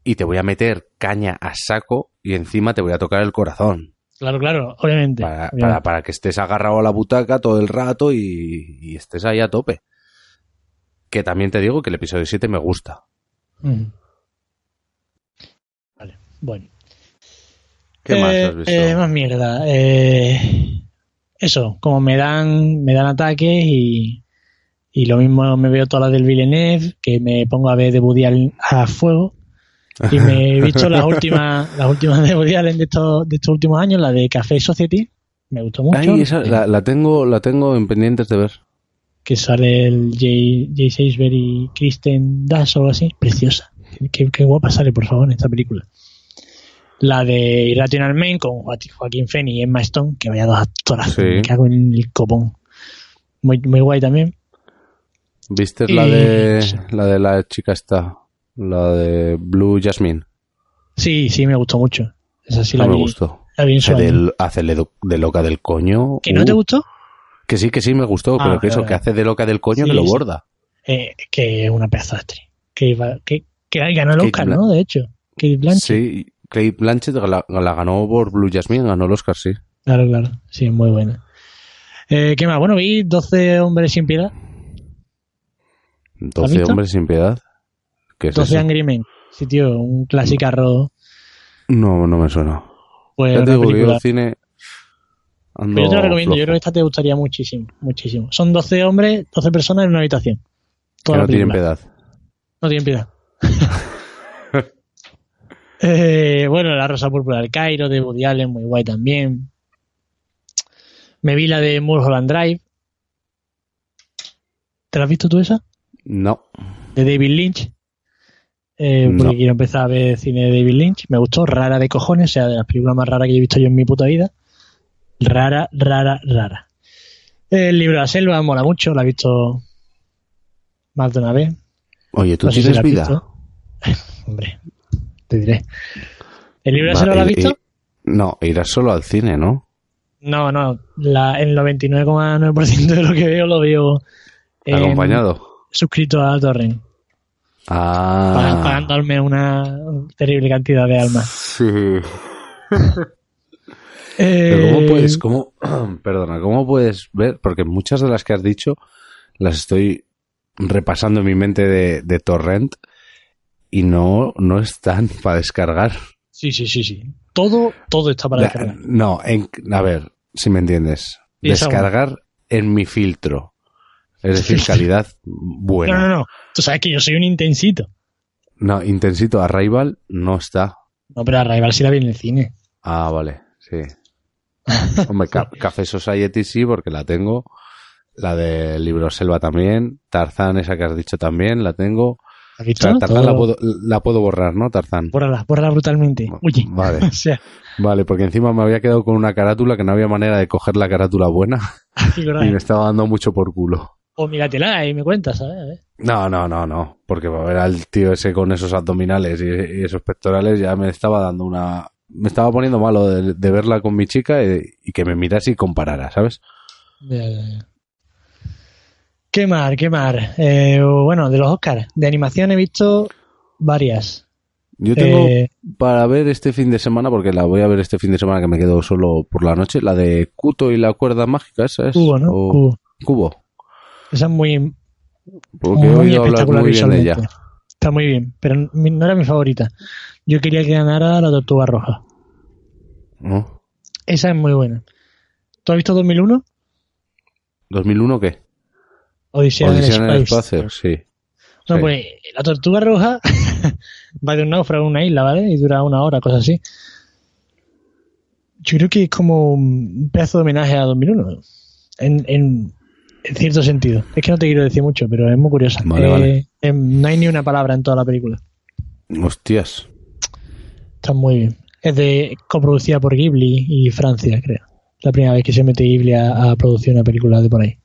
B: y te voy a meter caña a saco y encima te voy a tocar el corazón
A: Claro, claro, obviamente.
B: para,
A: obviamente.
B: para, para que estés agarrado a la butaca todo el rato y, y estés ahí a tope. Que también te digo que el episodio 7 me gusta.
A: Ujú. Vale, bueno.
B: ¿Qué más
A: Eh,
B: has visto?
A: eh, más mierda. Eh, eso, como me dan, me dan ataques y, y lo mismo me veo todas las del Villeneuve, que me pongo a ver de Woody Allen a fuego. Y me
B: <laughs>
A: he visto las últimas, las últimas de Woody Allen de estos, de estos últimos años, la de Café Society. Me gustó mucho.
B: Ay, esa la, la tengo, la tengo en pendientes de ver.
A: Que sale el Jay, Jay Seisberg y Kristen Dash o algo así. Preciosa. Qué, qué guapa sale, por favor, en esta película. La de Irrational Men con Joaqu- Joaquín Phoenix y Emma Stone, que vaya dos actoras.
B: Sí.
A: Me cago en el copón. Muy, muy guay también.
B: ¿Viste
A: Y-
B: la de
A: sí.
B: la de la chica esta? La de Blue Jasmine.
A: Sí, sí, me gustó mucho. Esa sí la,
B: no me
A: vi,
B: gustó.
A: la vi en su
B: Hace
A: año.
B: de, hace le- de loca del coño.
A: ¿Que no
B: Uh,
A: te gustó?
B: Que sí, que sí me gustó,
A: Ah,
B: pero que eso,
A: vale,
B: que
A: vale.
B: hace de loca del coño
A: Sí,
B: que lo
A: sí.
B: borda.
A: Eh, que es una pedazo de actriz. Que, va- que, que ahí ganó el
B: Kate
A: Oscar,
B: Blan-
A: ¿no? De hecho. Kate Blanchett.
B: Sí, Cate Blanchett la, la ganó por Blue Jasmine, ganó el Oscar, sí.
A: Claro, claro. Sí, es muy buena. Eh, ¿Qué más? Bueno, vi 12 hombres sin piedad.
B: 12
A: visto?
B: hombres sin piedad. ¿Qué es
A: 12
B: eso?
A: Angry Men. Sí, tío, un clasicarro.
B: No, no me suena.
A: Pues
B: Ya
A: una
B: te digo, yo
A: película.
B: el cine. Ando
A: Pero yo te la recomiendo. Yo
B: flojo.
A: creo que esta te gustaría muchísimo, muchísimo. Son 12 hombres, 12 personas en una habitación.
B: que
A: Toda la
B: no tienen
A: película.
B: piedad.
A: No tienen
B: <laughs>
A: piedad. Eh, bueno, La Rosa Púrpura del Cairo, de Woody Allen, muy guay también. Me vi la de Mulholland Drive. ¿Te la has visto tú esa?
B: No.
A: de David Lynch. eh, porque
B: No.
A: quiero empezar a ver cine de David Lynch. Me gustó, rara de cojones, o sea, de las películas más raras que he visto yo en mi puta vida. Rara, rara, rara. El libro de la selva mola mucho, la he visto más de una vez.
B: Oye, ¿tú
A: No sé Pues si
B: tienes
A: la has
B: vida?
A: visto. <laughs> Hombre, te diré. ¿El libro de la
B: Va,
A: selva lo has
B: y-
A: visto?
B: y- no, irás solo al cine, ¿no?
A: No, no. La, el 99,9% de lo que veo lo veo en-
B: Acompañado.
A: suscrito a Torrent.
B: Ah.
A: pag- Pagándome una terrible cantidad de almas.
B: Sí.
A: Eh,
B: Pero ¿cómo puedes, cómo, <clears throat> perdona, cómo puedes ver? Porque muchas de las que has dicho las estoy repasando en mi mente de, de torrent y no, no están <laughs> para descargar.
A: Sí, sí, sí, sí. Todo, todo está para
B: Da-
A: descargar.
B: No, en- a ver, si me entiendes.
A: Sí, esa
B: descargar en mi filtro. Es decir, calidad buena.
A: No, no, no. Tú sabes que yo soy un intensito.
B: No, intensito Arrival no está.
A: No, pero Arrival sí la vi en el cine.
B: Ah, vale, sí. Hombre, Ca- Café Society sí, porque la tengo. La de Libro Selva también. Tarzán, esa que has dicho también, la tengo.
A: ¿Has
B: O
A: visto?
B: sea, Tarzán
A: Todo-
B: la puedo, la puedo borrar, ¿no, Tarzán?
A: Bórrala, bórrala brutalmente. Oye, <laughs>
B: Vale,
A: o sea,
B: vale, porque encima me había quedado con una carátula que no había manera de coger la carátula buena y me
A: figura-
B: estaba dando mucho por culo.
A: o míratela y me cuentas, ¿sabes? A ver.
B: No, no, no, no, porque para ver al tío ese con esos abdominales y, y esos pectorales ya me estaba dando una... Me estaba poniendo malo de, de verla con mi chica y, y que me mirase y comparara, ¿sabes?
A: Ya, ya, ya. ¿Qué mar, qué mar? Eh, bueno, de los Oscars. De animación he visto varias.
B: Yo tengo
A: Eh,
B: para ver este fin de semana, porque la voy a ver este fin de semana que me quedo solo por la noche, la de Cuto y la cuerda mágica, esa es.
A: Cubo, ¿no?
B: O-
A: Cubo.
B: Cubo.
A: Esa es muy,
B: Porque
A: muy
B: he oído hablar
A: espectacular
B: muy bien de
A: visualmente.
B: ella.
A: Está muy bien, pero mi- no era mi favorita. Yo quería que ganara la Tortuga Roja.
B: ¿No?
A: Esa es muy buena. ¿Tú has visto 2001?
B: ¿2001 qué?
A: Odisea,
B: Odisea
A: del
B: en el espacio, sí.
A: No,
B: sí.
A: pues la Tortuga Roja <laughs> va de un náufrago a una isla, ¿vale? Y dura una hora, cosas así. Yo creo que es como un pedazo de homenaje a 2001. En, en, en cierto sentido. Es que no te quiero decir mucho, pero es muy curiosa.
B: Vale,
A: Eh,
B: vale.
A: em, no hay ni una palabra en toda la película.
B: Hostias.
A: Está muy bien. Es de coproducida por Ghibli y Francia, creo. La primera vez que se mete Ghibli a, a producir una película de por ahí.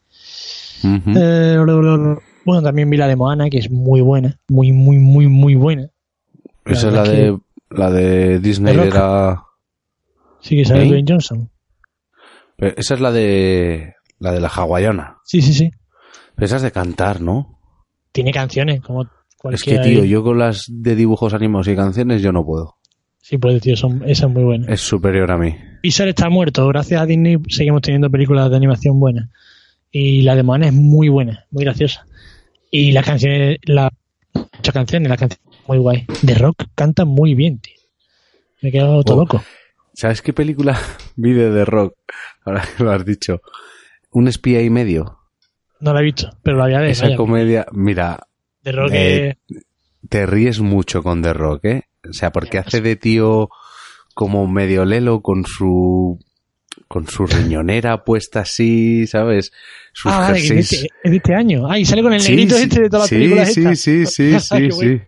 B: Ujú.
A: Eh, lo, lo,
B: Mm.
A: lo. bueno, también vi la de Moana, que es muy buena. Muy, muy, muy, muy buena.
B: esa es la
A: verdad
B: de, la de Disney
A: De
B: de la...
A: Sí que sale
B: Ok.
A: Dwayne Johnson.
B: Pero esa es la de la de la hawaiana.
A: Sí, sí, sí.
B: Pero esa es de cantar, ¿no?
A: Tiene canciones como
B: Es que,
A: cualquiera.
B: tío,
A: y-
B: yo con las de dibujos animados y canciones yo no puedo.
A: Sí, pues, tío, son, esa es muy buena.
B: Es superior a mí.
A: Pixar está muerto. Gracias a Disney seguimos teniendo películas de animación buenas. Y la de Moana es muy buena, muy graciosa. Y las canciones, la, muchas canciones, las canciones muy guay. De rock canta muy bien, tío. Me he quedado todo
B: Oh.
A: loco.
B: ¿Sabes qué película <laughs> vi de The Rock? Ahora que lo has dicho. Un espía y medio.
A: No la he visto, pero la voy a ver.
B: Esa
A: Eh, vaya.
B: comedia, mira,
A: de rock
B: eh,
A: es-
B: te ríes mucho con The Rock, ¿eh? O sea, porque hace de tío como medio lelo con su con su riñonera puesta así, ¿sabes? Sus
A: Ah, vale, que es, de
B: jerseys.
A: este, es de este año. Ah, y sale con el
B: Sí,
A: negrito
B: sí,
A: este de todas las
B: sí,
A: películas
B: sí,
A: estas. <laughs>
B: sí, sí, sí,
A: Qué bueno.
B: sí.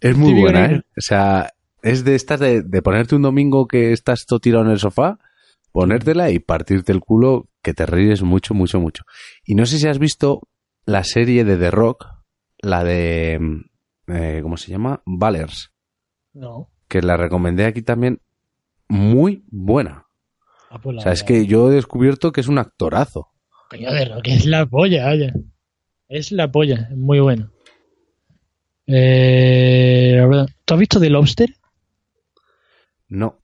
B: Es muy
A: Típico
B: buena,
A: negro.
B: ¿eh? O sea, es de estas de, de ponerte un domingo que estás todo tirado en el sofá, ponértela y partirte el culo, que te ríes mucho, mucho, mucho. Y no sé si has visto la serie de The Rock, la de... eh, ¿Cómo se llama? Valers,
A: No.
B: que la recomendé aquí también. Muy buena.
A: Ah, pues la
B: O sea, es
A: verdad.
B: que yo he descubierto que es un actorazo.
A: Coño, de rock es la polla, vaya. Es la polla, es muy bueno. Eh, la verdad, ¿Tú has visto The Lobster?
B: No,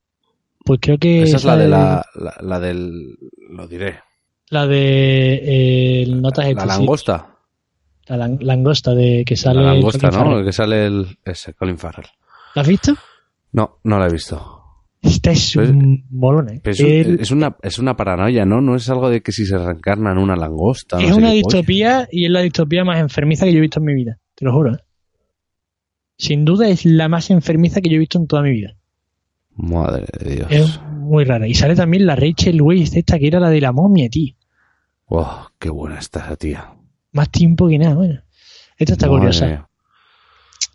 A: Pues creo que.
B: esa es la de la, la, la del... Lo diré.
A: La de. eh, el notas
B: La
A: este, sí.
B: langosta.
A: La lan- langosta de que sale.
B: La langosta,
A: Colin
B: ¿no?
A: Farrell.
B: El que sale el, ese, Colin Farrell.
A: ¿La has visto?
B: No, no la he visto.
A: Esta es
B: Pero es-
A: un molón, ¿eh?
B: Pero Pues, es,
A: El-
B: un- es una, es una paranoia, ¿no? No es algo de que si se reencarnan una langosta. no
A: es
B: sé
A: una
B: qué
A: distopía y es la distopía más enfermiza que yo he visto en mi vida, te lo juro. ¿eh? Sin duda es la más enfermiza que yo he visto en toda mi vida.
B: polla. Madre de Dios.
A: Es muy rara. Y sale también la Rachel Weisz esta que era la de la momia, tío.
B: Oh, qué buena está esa tía.
A: Más tiempo que nada, bueno. Esta está
B: Madre
A: curiosa.
B: mía.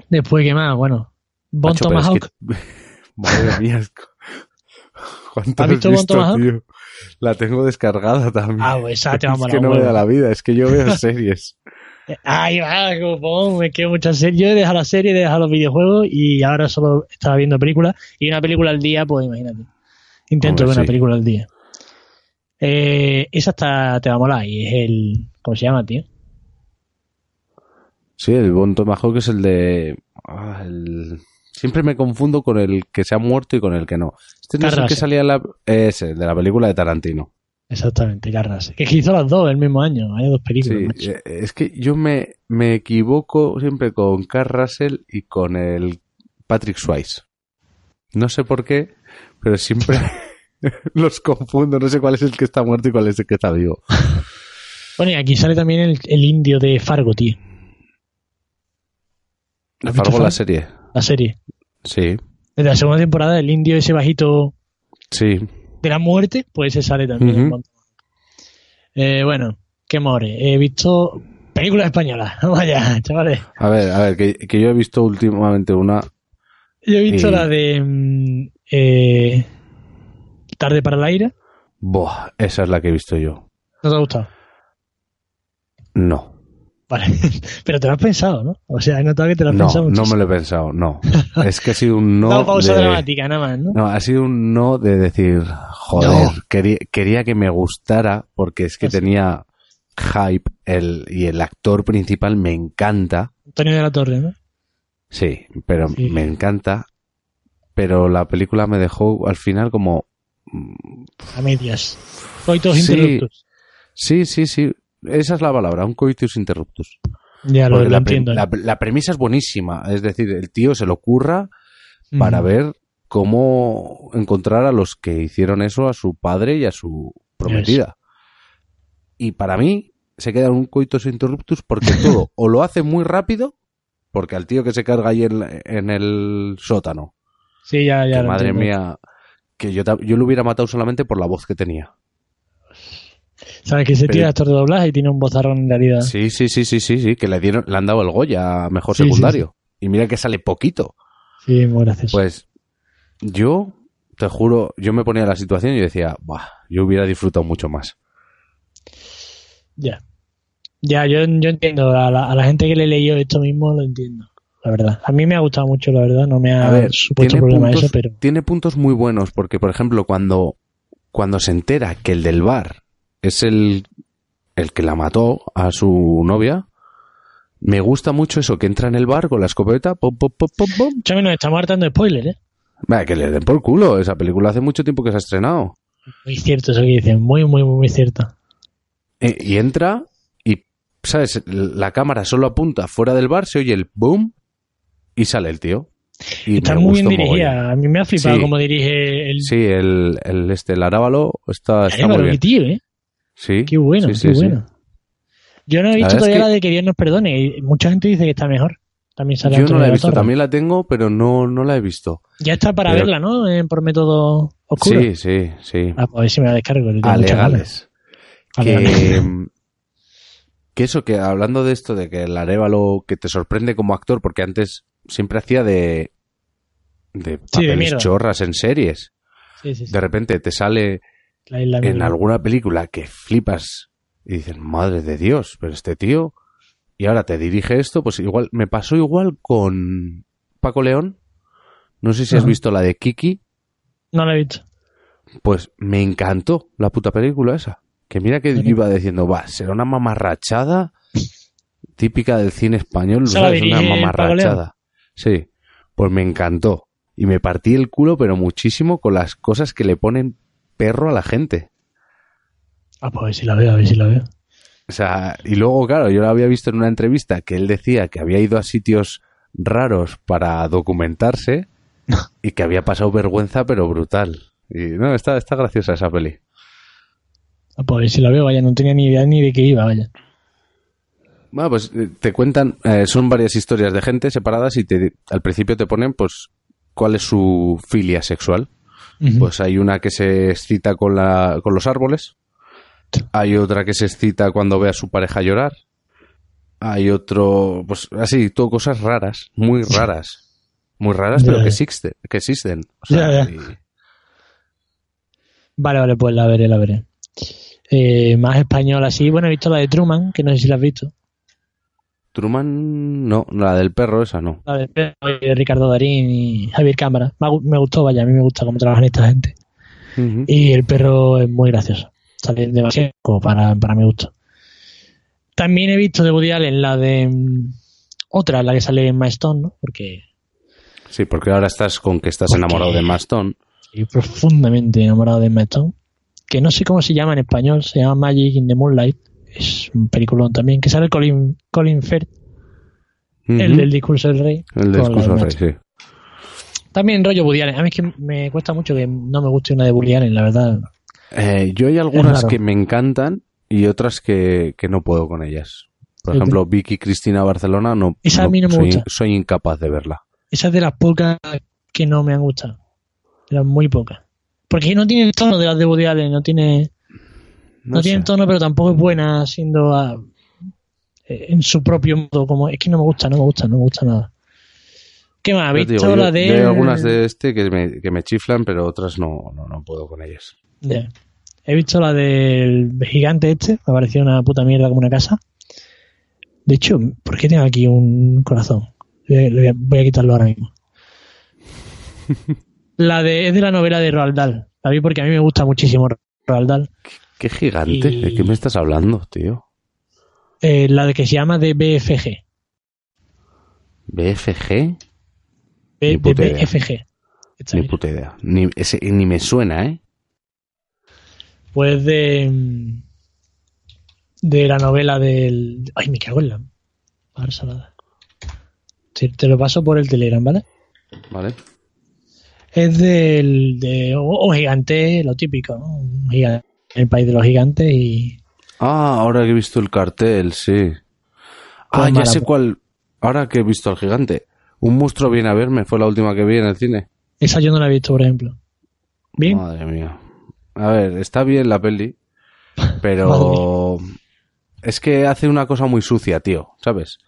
A: Después, ¿qué más? Bueno. Bon
B: Macho, pero es
A: Tomahawk.
B: que- <laughs> Madre mía. es co- <laughs> ¿Cuánto
A: ¿Has
B: has
A: visto
B: visto,
A: Bon Tomahawk?
B: tío? La tengo descargada también.
A: Ah, pues esa te va a
B: <laughs> es
A: molar
B: que
A: un
B: no me
A: huevo.
B: da la vida, es que
A: <laughs>
B: yo veo series.
A: Ay, va, copón, me quedo muchas series. Yo he dejado la serie, he dejado los videojuegos y ahora solo estaba viendo películas. Y una película al día, pues imagínate. Intento
B: Hombre,
A: ver una
B: sí.
A: película al día. Eh, esa está, te va a molar y es el. ¿Cómo se llama, tío?
B: Sí, el Bon Tomahawk es el de. ah, el- Siempre me confundo con el que se ha muerto y con el que no. Este no es el
A: Carras.
B: que salía en la. Ese, el de la película de Tarantino.
A: Exactamente, Carras. Que hizo las dos el mismo año. Hay dos películas.
B: Sí,
A: macho.
B: eh, es que yo me, me equivoco siempre con Carl Russell y con el Patrick Swayze. No sé por qué, pero siempre <laughs> los confundo. No sé cuál es el que está muerto y cuál es el que está vivo.
A: Bueno, y aquí sale también el, el indio de Fargo, tío. ¿Has visto
B: Fargo la
A: Fargo?
B: serie.
A: La serie.
B: Sí,
A: Desde la segunda temporada, el indio ese bajito
B: sí.
A: de la muerte, pues se sale también.
B: Ujú.
A: en Bond. Eh, bueno, qué more. He visto películas españolas. <laughs> Vamos allá, chavales.
B: A ver, a ver, que, que yo he visto últimamente una.
A: Yo he visto
B: Y-
A: la de mm, eh, Tarde para el aire.
B: Buah, esa es la que he visto yo.
A: ¿No te ha gustado?
B: No.
A: Vale. <laughs> Pero te lo has pensado, ¿no? O sea, he notado que te lo has
B: No,
A: pensado
B: no me
A: muchísimo.
B: lo he
A: <laughs>
B: pensado, no. Es que ha sido un no.
A: Dado pausa
B: de-
A: dramática, nada más, ¿no?
B: No, ha sido un no de decir, joder, quería, quería que me gustara porque es que
A: Así.
B: tenía hype el, y el actor principal me encanta.
A: Antonio de la Torre, ¿no?
B: Sí, pero
A: Sí.
B: me encanta. Pero la película me dejó al final como, mm,
A: A medias. Coitos
B: Sí.
A: interruptos.
B: sí, sí, sí. Esa es la palabra, un coitus interruptus.
A: Ya lo, lo
B: Porque Pues la, pre-
A: entiendo. ¿eh?
B: la- la premisa es buenísima. Es decir, el tío se lo curra,
A: Ujú.
B: para ver cómo encontrar a los que hicieron eso a su padre y a su prometida. Y para mí se queda en un coitus interruptus porque
A: <laughs>
B: todo o lo hace muy rápido, porque al tío que se carga ahí en, la- en el sótano,
A: Sí, ya, ya.
B: que
A: lo
B: madre
A: entiendo.
B: mía, que yo, ta- yo lo hubiera matado solamente por la voz que tenía.
A: Sabes que se
B: Pero-
A: tira actor de doblaje y tiene un bozarrón en realidad.
B: Sí, sí, sí, sí, sí, sí, que le dieron, le han dado el Goya a mejor
A: Sí, sí,
B: secundario. Y mira que sale poquito.
A: Sí, muy gracioso.
B: Pues yo, te juro, yo me ponía en la situación y decía, bah, yo hubiera disfrutado mucho más.
A: Ya. Ya, yo, yo entiendo. A la, a la gente que le leyó esto mismo lo entiendo. La verdad. A mí me ha gustado mucho, la verdad. No me ha
B: A ver,
A: Ah, supuesto
B: tiene
A: problema
B: puntos,
A: eso, pero.
B: tiene puntos muy buenos, porque por ejemplo, cuando cuando se entera que el del bar es el, el que la mató a su novia, me gusta mucho eso, que entra en el bar con la escopeta, pop, pop, pop, pop, pop.
A: Chami, nos estamos hartando de spoiler, ¿eh?
B: Vaya, que le den por culo, esa película hace mucho tiempo que se ha estrenado.
A: Muy cierto eso que dicen, muy, muy, muy, muy cierto.
B: E- Y entra y, ¿sabes? La cámara solo apunta fuera del bar, se oye el boom y sale el tío. Y
A: Está
B: me
A: muy bien
B: gustó mogollón.
A: dirigida. A mí me ha flipado
B: Sí.
A: cómo dirige el.
B: Sí, el, el este, el arábalo está, está
A: Arévalo,
B: muy
A: qué tío,
B: bien.
A: ¿eh?
B: Sí,
A: Qué bueno,
B: sí, sí,
A: qué
B: sí.
A: bueno. Yo no he
B: La
A: visto
B: verdad
A: todavía
B: es que-
A: la de que Dios nos perdone. y Mucha gente dice que está mejor. También sale
B: Yo
A: Antonio
B: no la he
A: de
B: visto,
A: Torre.
B: también la tengo, pero no, no la he visto.
A: Ya está para
B: Pero-
A: verla, ¿no? Eh, por método oscuro.
B: Sí, sí, sí.
A: Ah, pues a ver si me la descargo. le tengo muchas ganas.
B: Alegales.
A: Alegales.
B: Que, que eso, que hablando de esto, de que el Arevalo que te sorprende como actor, porque antes siempre hacía de, de papeles
A: mierda.
B: chorras en series.
A: Sí, sí, sí.
B: De repente te sale
A: La isla de
B: en
A: Milo.
B: alguna película que flipas y dices, madre de Dios, pero este tío, y ahora te dirige esto, pues igual, me pasó igual con Paco León. No sé si has
A: Ajá.
B: visto la de Kiki,
A: No la he visto.
B: pues me encantó la puta película esa. Que mira que
A: Ujú.
B: iba diciendo, va, será una mamarrachada típica del cine español,
A: Esa la
B: ¿sabes? Una
A: dirige Paco
B: mamarrachada. Sí, pues me encantó. Y me partí el culo, pero muchísimo, con las cosas que le ponen perro a la gente.
A: Ah, pues a ver si la veo, a ver si la veo.
B: O sea, y luego, claro, yo lo había visto en una entrevista que él decía que había ido a sitios raros para documentarse y que había pasado vergüenza, pero brutal. Y no, está, está graciosa esa peli.
A: Ah, pues a ver si la veo, vaya. No tenía ni idea ni de qué iba, vaya.
B: Bueno, pues eh, te cuentan, eh, son varias historias de gente separadas y te, al principio te ponen, pues, cuál es su filia sexual.
A: Ujú.
B: Pues hay una que se excita con, la, con los árboles, hay otra que se excita cuando ve a su pareja llorar, hay otro, pues así, todo cosas raras, muy raras, muy raras,
A: Ya,
B: pero
A: ya.
B: que, existe- que existen. O sea,
A: Ya, ya.
B: y-
A: Vale, vale, pues la veré, la veré. Eh, más española, sí. Bueno, he visto la de Truman, que no sé si la has visto.
B: Truman, no, la del perro, esa no.
A: La de Pedro y de Ricardo Darín y Javier Cámara. Me, ha gu- me gustó, vaya, a mí me gusta cómo trabajan esta gente.
B: Ujú.
A: Y el perro es muy gracioso. Sale demasiado como para, para mi gusto. También he visto de Woody Allen la de. mm, Otra, la que sale en Maestón, ¿no? Porque
B: Sí, porque ahora estás con que estás
A: ¿Por
B: enamorado
A: qué?
B: de Maston.
A: estoy profundamente enamorado de Maestón. Que no sé cómo se llama en español, se llama Magic in the Moonlight. Es un peliculón también. Que sale Colin, Colin Firth, el
B: Ujú.
A: del discurso del rey.
B: El
A: con la
B: discurso
A: de
B: del rey,
A: Maestón.
B: sí.
A: También rollo Woody Allen. A mí es que me cuesta mucho que no me guste una de Woody Allen, la verdad.
B: Eh, yo hay
A: Es
B: algunas
A: raro.
B: que me encantan y otras que, que no puedo con ellas. Por
A: Ok.
B: ejemplo, Vicky Cristina Barcelona no,
A: Esa a mí no me
B: soy,
A: gusta.
B: soy incapaz de verla.
A: Esa es de las pocas que no me han gustado. De las muy pocas. Porque no tiene el tono de las de Woody Allen, no tiene, no,
B: sé.
A: tiene el tono, pero tampoco es buena siendo ah, eh, en su propio modo. Como es que no me gusta, no me gusta, no me gusta nada. ¿Qué más?
B: Ya
A: ¿Habéis
B: te digo,
A: visto
B: yo-
A: la de?
B: yo hay algunas de este que me, que me chiflan, pero otras no, no, no puedo con ellas.
A: Ya. He visto la del gigante este, me ha parecido una puta mierda como una casa. De hecho, ¿por qué tengo aquí un corazón? Le- le voy a- voy a quitarlo ahora
B: <laughs>
A: mismo. La de, es de la novela de Roald Dahl. La vi porque a mí me gusta muchísimo Roald Dahl.
B: Qué gigante,
A: Y-
B: ¿de qué me estás hablando, tío?
A: Eh, la de que se llama de BFG.
B: BFG,
A: B-
B: Ni
A: de
B: puta idea.
A: BFG. Está
B: ni
A: bien.
B: puta idea. Ni, ese- ni me suena, ¿eh?
A: Pues de. mm, De la novela del. Ay, me cago en la. Ahora salada. Te- te lo paso por el Telegram, ¿vale?
B: Vale.
A: Es del, de un un gigante, lo típico, ¿no? Un gigante, el país de los gigantes y...
B: Ah, ahora que he visto el cartel, sí. Ah, ya
A: mala
B: sé
A: pu-
B: cuál. Ahora que he visto al gigante. Un monstruo viene a verme, fue la última que vi en el cine.
A: Esa yo no la he visto, por ejemplo. Bien,
B: Madre mía. A ver, está bien la peli, pero es que hace una cosa muy sucia, tío, ¿sabes?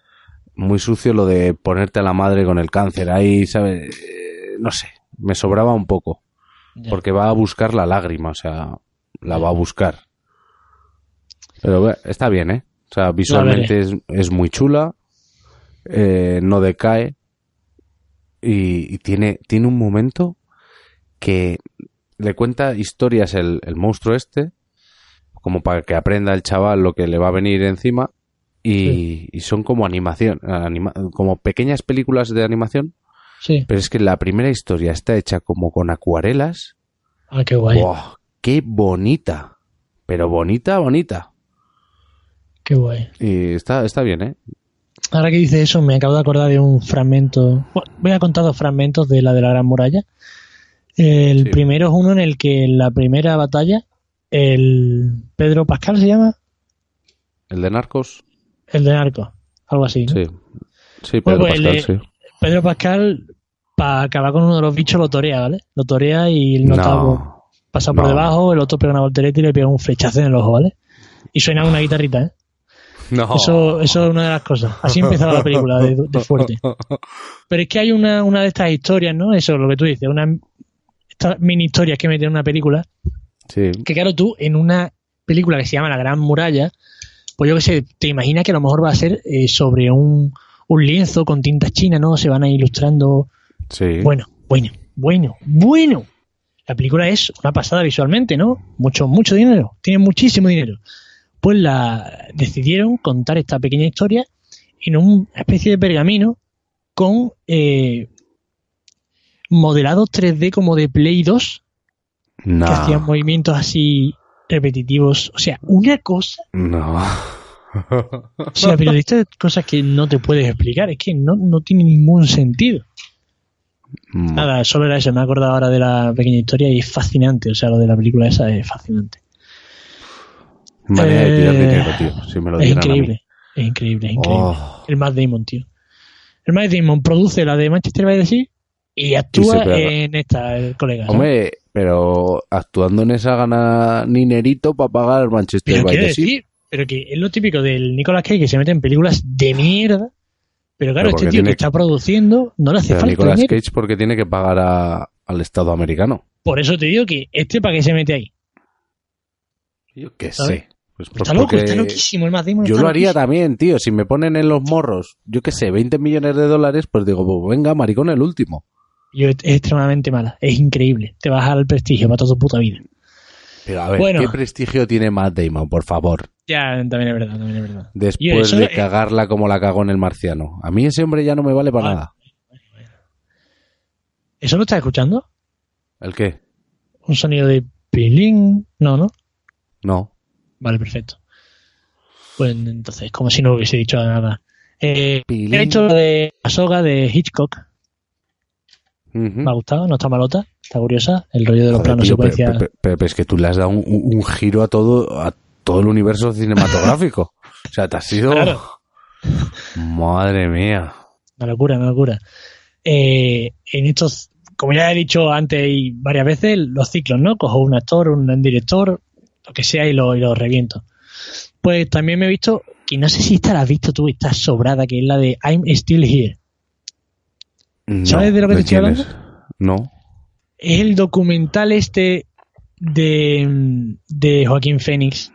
B: Muy sucio lo de ponerte a la madre con el cáncer ahí, ¿sabes? Eh, No sé, me sobraba un poco,
A: Ya.
B: porque va a buscar la lágrima, o sea, la va a buscar. Pero bueno, está bien, ¿eh? O sea, visualmente es, es muy chula, eh, no decae y, y tiene, tiene un momento que le cuenta historias el, el monstruo este, como para que aprenda el chaval lo que le va a venir encima, y,
A: Sí.
B: y son como animación, anima- como pequeñas películas de animación,
A: Sí.
B: pero es que la primera historia está hecha como con acuarelas,
A: Ah, qué guay.
B: ¡Buah! ¡Qué bonita! Pero bonita, bonita.
A: Qué guay.
B: Y está, está bien, ¿eh?
A: Ahora que dice eso, me acabo de acordar de un fragmento. Bueno, voy a contar dos fragmentos de la de la Gran Muralla. El
B: Sí.
A: primero es uno en el que en la primera batalla, el Pedro Pascal se llama,
B: El de Narcos.
A: el de narco, algo así. ¿no?
B: Sí. Sí,
A: Bueno,
B: Pedro
A: pues,
B: Pascal,
A: le-
B: sí.
A: Pedro Pascal, para acabar con uno de los bichos, lo torea, ¿vale? Lo torea y el notavo
B: No.
A: pasa por
B: no.
A: debajo, el otro pega una voltereta y le pega un flechazo en el ojo, ¿vale? Y suena una guitarrita, ¿eh?
B: No.
A: Eso, eso es una de las cosas. Así empezaba la película, de, de fuerte. Pero es que hay una, una de estas historias, ¿no? Eso, lo que tú dices, una, estas mini historias que meten en una película.
B: Sí.
A: Que claro, tú en una película que se llama La Gran Muralla, pues yo qué sé, te imaginas que a lo mejor va a ser eh, sobre un, un lienzo con tinta china, ¿no? Se van a ir ilustrando.
B: Sí.
A: Bueno, bueno, bueno, bueno. La película es una pasada visualmente, ¿no? Mucho, mucho dinero. Tiene muchísimo dinero. Pues la decidieron contar esta pequeña historia en una especie de pergamino con eh, modelados 3D como de Play 2
B: no.
A: que
B: Ah.
A: hacían movimientos así repetitivos. O sea, una cosa.
B: No.
A: O sea, pero de estas cosas que no te puedes explicar, es que no, no tiene ningún sentido.
B: <laughs>
A: Nada, solo era eso. Me he acordado ahora de la pequeña historia y es fascinante. O sea, lo de la película esa es fascinante.
B: Manera de tirar
A: Eh,
B: dinero, tío. Si me lo
A: Es
B: dieran a mí.
A: increíble, es increíble, es increíble.
B: Oh,
A: El Matt Damon, tío. El Matt Damon produce la de Manchester by the Sea y actúa
B: pega.
A: en esta, el colega. ¿sabes?
B: hombre, pero actuando en esa gana dinerito para pagar Manchester
A: Pero
B: by
A: quiero
B: the Sea.
A: decir, pero que es lo típico del Nicolas Cage que se mete en películas de mierda. Pero claro,
B: Pero
A: este
B: porque
A: tío que
B: tiene-
A: está produciendo no le hace
B: Pero
A: falta
B: Nicolas
A: dinero.
B: Cage porque tiene que pagar a- al Estado americano.
A: Por eso te digo que este para qué se mete ahí.
B: Yo qué
A: ¿Sabes?
B: sé. Pues
A: Está
B: pues
A: loco, está
B: porque-
A: loquísimo el Matt Damon.
B: Yo
A: está
B: lo haría
A: loquísimo.
B: también, tío. Si me ponen en los morros, yo qué sé, 20 millones de dólares, pues digo, pues venga, maricón, el último.
A: Yo- es extremadamente mala, es increíble. Te baja el prestigio para toda tu puta vida.
B: Pero a ver,
A: Bueno.
B: ¿qué prestigio tiene Matt Damon, por favor?
A: Ya, también es verdad, también es verdad. Yo
B: Después
A: eso,
B: de
A: eh,
B: cagarla como la cagó en el marciano. A mí ese hombre ya no me vale para
A: Ah.
B: nada.
A: ¿Eso lo estás escuchando?
B: ¿El qué?
A: Un sonido de pilín. No, no.
B: No.
A: Vale, perfecto. Pues entonces, como si no hubiese dicho nada. Eh,
B: Pilín.
A: he hecho lo de la soga de Hitchcock.
B: Ujú.
A: Me ha gustado, no está malota, está curiosa. El rollo de los
B: ¿Mm? Joder,
A: planos
B: tío, pero-
A: secuencia.
B: pero- pero- pero es que tú le has dado un, un- un giro a todo, a todo el
A: <laughs>
B: universo cinematográfico. o sea, te has sido...
A: Claro.
B: Madre mía.
A: Una locura, una locura. Eh, en estos, como ya he dicho antes y varias veces, los ciclos, ¿no? Cojo un actor, un director, lo que sea y lo, y lo reviento. Pues también me he visto, y no sé si esta la has visto tú, está sobrada, que es la de I'm Still Here.
B: No,
A: ¿Sabes de lo que te estoy
B: quién
A: hablando?
B: es? No.
A: Es el documental este de, mm, de Joaquín Fénix,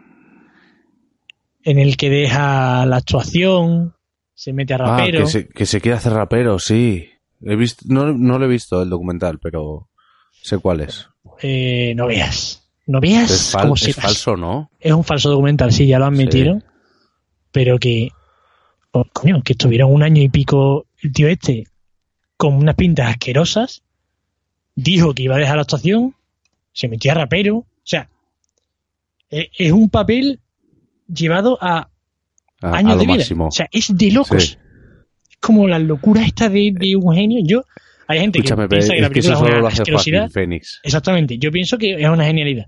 A: en el que deja la actuación, se mete a rapero.
B: Ah, que se, que se quiere hacer rapero, sí. He visto, no, no lo he visto el documental, pero sé cuál es.
A: Eh, no veas. No veas
B: Es, fal-
A: como
B: es
A: si
B: falso, ¿no?
A: Es un falso documental, sí, ya lo admitieron. Pero que. oh, coño, que estuvieron un año y pico el tío este con unas pintas asquerosas. Dijo que iba a dejar la actuación. Se metía rapero. O sea, e- es un papel llevado a
B: A, a
A: años
B: lo
A: de vida.
B: máximo.
A: O sea, es de locos.
B: Sí.
A: Es como la locura esta de, de Eugenio. Yo, hay gente
B: Escúchame,
A: que
B: pero
A: piensa que la
B: es que
A: película
B: eso
A: es
B: solo
A: una
B: lo hace
A: asquerosidad.
B: Joaquín Fénix.
A: Exactamente, yo pienso que es una genialidad.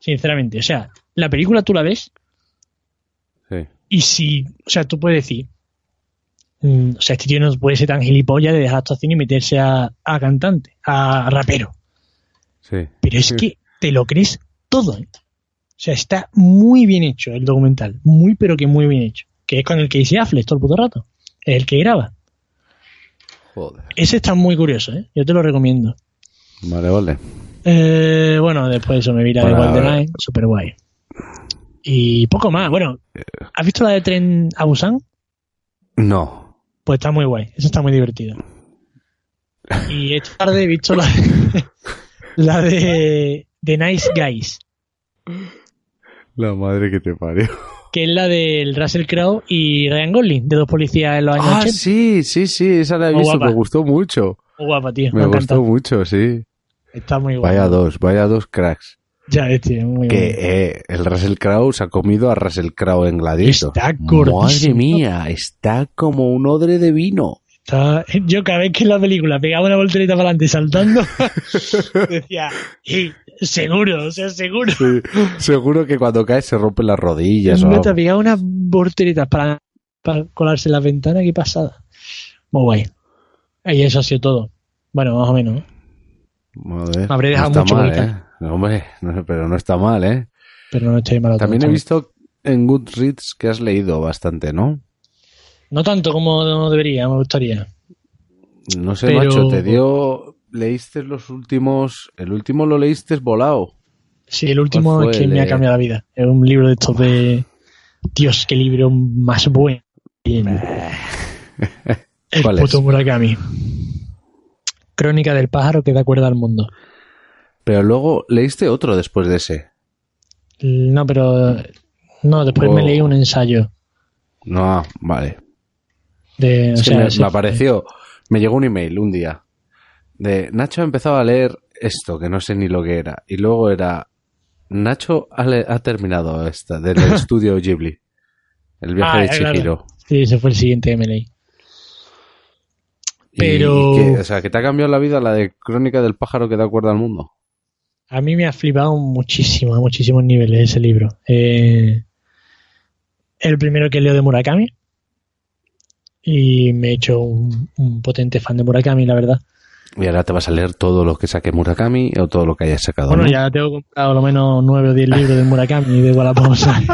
A: Sinceramente, o sea, la película tú la ves
B: Sí.
A: y si, o sea, tú puedes decir, mm, o sea, este tío no puede ser tan gilipollas de dejar actuación y meterse a, a cantante, a rapero.
B: sí.
A: Pero es
B: Sí.
A: que te lo crees todo. ¿eh? O sea, está muy bien hecho el documental, muy pero que muy bien hecho. Que es con el que hice Affleck todo el puto rato, es el que graba.
B: Joder.
A: Ese está muy curioso, ¿eh? yo te lo recomiendo.
B: Vale, vale.
A: Eh, bueno, después eso me vi la de
B: Para-
A: Goldeneye, super guay. Y poco más. Bueno, ¿has visto la de Tren a Busan?
B: No.
A: Pues está muy guay. Eso está muy divertido. Y esta tarde he visto la, <laughs> la de, de Nice Guys,
B: La madre que te parió.
A: que es la del Russell Crowe y Ryan Gosling, de dos policías en los años
B: Ah,
A: 80.
B: sí, sí, sí, esa la he
A: Muy
B: visto,
A: guapa.
B: me gustó mucho.
A: Muy guapa, tío. Me,
B: Me
A: ha
B: gustó
A: encantado.
B: mucho, sí.
A: Está muy guapa.
B: Vaya dos, vaya dos cracks.
A: Ya ves, tío, muy
B: Que
A: guapa.
B: eh, el Russell Crowe se ha comido a Russell Crowe en Gladiator.
A: Está gordísimo.
B: Madre mía, está como un odre de vino.
A: Está- Yo cada vez que en la película pegaba una voltereta para adelante
B: <laughs>
A: saltando, decía, "Y, seguro, o sea, seguro.
B: Sí, seguro que cuando cae se rompen las rodillas. o
A: Me
B: algo.
A: te pegaba unas volteretas para, para colarse en la ventana, qué pasada. Muy guay. Y eso ha sido todo. Bueno, más o menos. ¿eh?
B: Madre,
A: Me habré dejado
B: no está
A: mucho
B: mal,
A: bonita.
B: ¿eh? No, hombre, no, pero no está mal, ¿eh?
A: Pero no estoy mal.
B: También he visto en Goodreads que has leído bastante, ¿no?
A: No tanto como debería, me gustaría.
B: No sé,
A: Pero-
B: macho, te dio... Leíste los últimos... El último lo leíste volado.
A: Sí, el último
B: ¿Cuál Pues fue
A: es que
B: el
A: me ha
B: de-
A: cambiado la vida. Es un libro de estos de. Dios, qué libro más bueno. El
B: ¿Cuál
A: puto
B: es?
A: Murakami. Crónica del pájaro que da cuerda al mundo.
B: Pero luego leíste otro después de ese.
A: No, pero. No, después me
B: Oh.
A: leí un ensayo. De,
B: No, ah, vale.
A: o
B: Es que
A: sea,
B: me,
A: sí,
B: me apareció... Me llegó un email un día de Nacho ha empezado a leer esto, que no sé ni lo que era. Y luego era... Nacho ha, le- ha terminado esta,
A: <laughs>
B: del estudio Ghibli. El viaje
A: Ah,
B: de
A: eh, claro.
B: Chihiro.
A: Sí, ese fue el siguiente que me leí.
B: Y-
A: Pero-
B: y que- o sea, que te ha cambiado la vida la de Crónica del pájaro que da cuerda al mundo.
A: A mí me ha flipado muchísimo, a muchísimos niveles ese libro. Eh, el primero que leo de Murakami. Y me he hecho un, un potente fan de Murakami, la verdad.
B: Y ahora te vas a leer todo lo que saque Murakami o todo lo que hayas sacado.
A: Bueno,
B: ¿no?
A: ya tengo comprado lo menos nueve o diez libros de Murakami y de Wallapop. ¿sabes?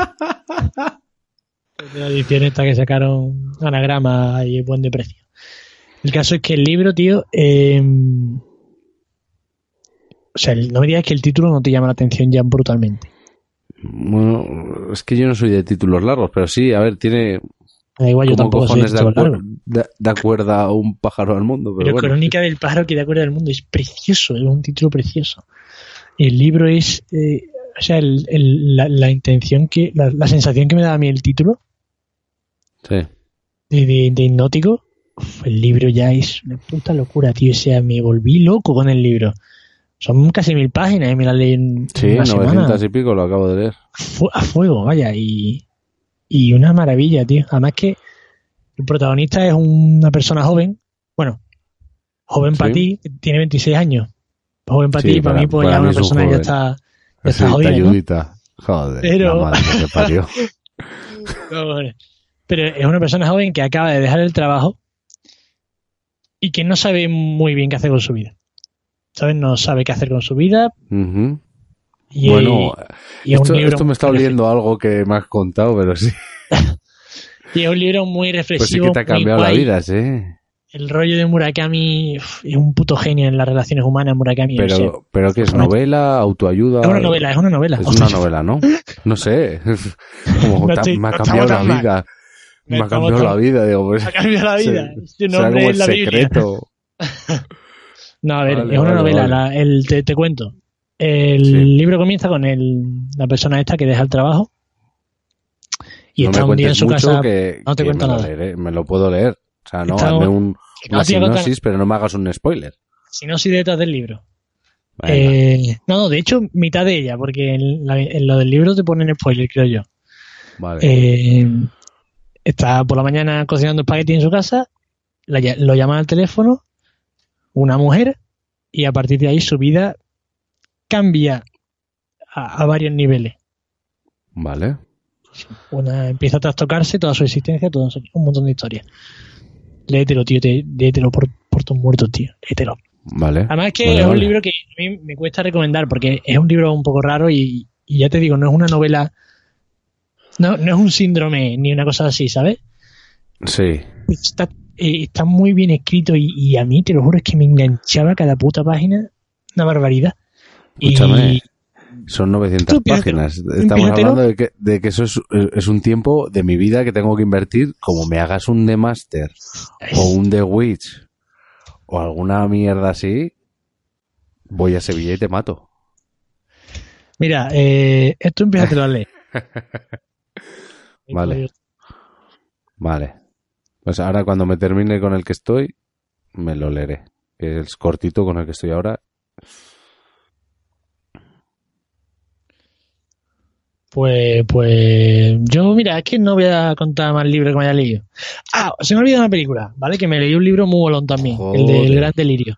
A: de la edición esta que sacaron anagrama y es buen de precio. El caso es que el libro, tío, eh, o sea, el- no me digas que el título no te llama la atención ya brutalmente.
B: Bueno, es que yo no soy de títulos largos, pero sí, a ver, tiene
A: Da igual, yo
B: como
A: tampoco soy
B: cojones da,
A: escritor
B: cuer-
A: largo.
B: da- da cuerda a un pájaro al mundo. Pero,
A: Pero
B: bueno.
A: Crónica del pájaro que da cuerda del mundo es precioso, es un título precioso. El libro es, eh, o sea, el- el- la, la intención que, la, la sensación que me da a mí el título
B: Sí.
A: de, de, de hipnótico, uf, el libro ya es una puta locura, tío. O sea, me volví loco con el libro. Son casi mil páginas y me la leí en
B: Sí,
A: una
B: 900
A: semana.
B: y pico lo acabo de leer.
A: Fu- a fuego, vaya, y, y una maravilla, tío. Además que el protagonista es una persona joven, bueno, joven para
B: Sí.
A: ti, que tiene 26 años. Joven para
B: Sí,
A: ti, para,
B: para-
A: mí, pues
B: para
A: ya
B: mí
A: una
B: es un
A: persona que ya
B: joven.
A: está, ya
B: Sí,
A: está jodida, ¿no?
B: talludita. Joder,
A: Pero-
B: la madre que te
A: <laughs>
B: parió.
A: No, bueno. Pero es una persona joven que acaba de dejar el trabajo y que no sabe muy bien qué hacer con su vida. ¿Sabes? No sabe qué hacer con su vida.
B: Ujú.
A: Y,
B: bueno,
A: y es un
B: esto,
A: libro
B: esto me está
A: muy
B: oliendo algo que me has contado, pero sí. <laughs>
A: reflexivo. Y es un libro muy
B: Pues sí
A: reflexivo.
B: que te ha
A: muy
B: cambiado la
A: guay.
B: vida, sí.
A: El rollo de Murakami uf, es un puto genio en las relaciones humanas. Murakami o sea,
B: Pero, pero ¿qué es? ¿Novela? ¿Autoayuda?
A: es una novela, es una novela. <laughs>
B: Es
A: Hostia,
B: una novela, ¿no? No sé. <laughs> Como
A: No
B: ta-
A: estoy-
B: me ha
A: no
B: cambiado
A: estamos
B: la
A: tan mal.
B: vida. Me ha
A: estamos
B: cambiado
A: tan-
B: la vida, digo,
A: <laughs>
B: pues.
A: Ha cambiado la vida.
B: Sí.
A: Este
B: será
A: nombre
B: como
A: es
B: el
A: la Biblia.
B: secreto.
A: No, a ver,
B: Vale,
A: es una
B: vale,
A: novela.
B: vale.
A: la- el, te, te cuento. El
B: Sí.
A: libro comienza con el, la persona esta que deja el trabajo y
B: no
A: está
B: me
A: un día en
B: cuentes
A: su
B: mucho
A: casa.
B: que,
A: no te
B: que
A: cuento
B: me,
A: nada.
B: Lo leeré, me lo puedo leer. O sea, no,
A: Está-
B: hazme un,
A: que no
B: una
A: te voy a contar-
B: sinopsis, pero no me hagas un spoiler.
A: Si no, sí detrás del libro.
B: Venga.
A: Eh, no, no, de hecho, mitad de ella, porque en, la- en lo del libro te ponen spoiler, creo yo.
B: vale.
A: Eh, está por la mañana cocinando espagueti en su casa, la ll- lo llama al teléfono una mujer y a partir de ahí su vida cambia a, a varios niveles.
B: vale.
A: Una empieza a trastocarse toda su existencia, todo no sé qué, un montón de historias. Léetelo, tío, te, léetelo por, por tus muertos, tío, léetelo.
B: Vale.
A: Además que
B: Vale,
A: es un
B: vale.
A: libro que a mí me cuesta recomendar porque es un libro un poco raro y, y ya te digo, no es una novela, no, no es un síndrome ni una cosa así, ¿sabes?
B: Sí.
A: Está, eh, está muy bien escrito y, y a mí, te lo juro, es que me enganchaba cada puta página, una barbaridad.
B: Escúchame.
A: Y
B: Son 900
A: Tú píratelo.
B: páginas.
A: Un
B: Estamos
A: píratelo.
B: hablando de que, de que eso es, es un tiempo de mi vida que tengo que invertir como me hagas un de máster o un The Witch o alguna mierda así, Voy a Sevilla y te mato.
A: Mira, eh, esto empieza a
B: <laughs>
A: leer.
B: Vale. Vale. Pues ahora cuando me termine con el que estoy, me lo leeré. Que es cortito con el que estoy ahora.
A: Pues, pues yo, mira, es que no voy a contar más libros que me haya leído. Ah, se me ha olvidado una película, ¿vale? Que me leí un libro muy bolón también, el del
B: Joder.
A: Gran Delirio,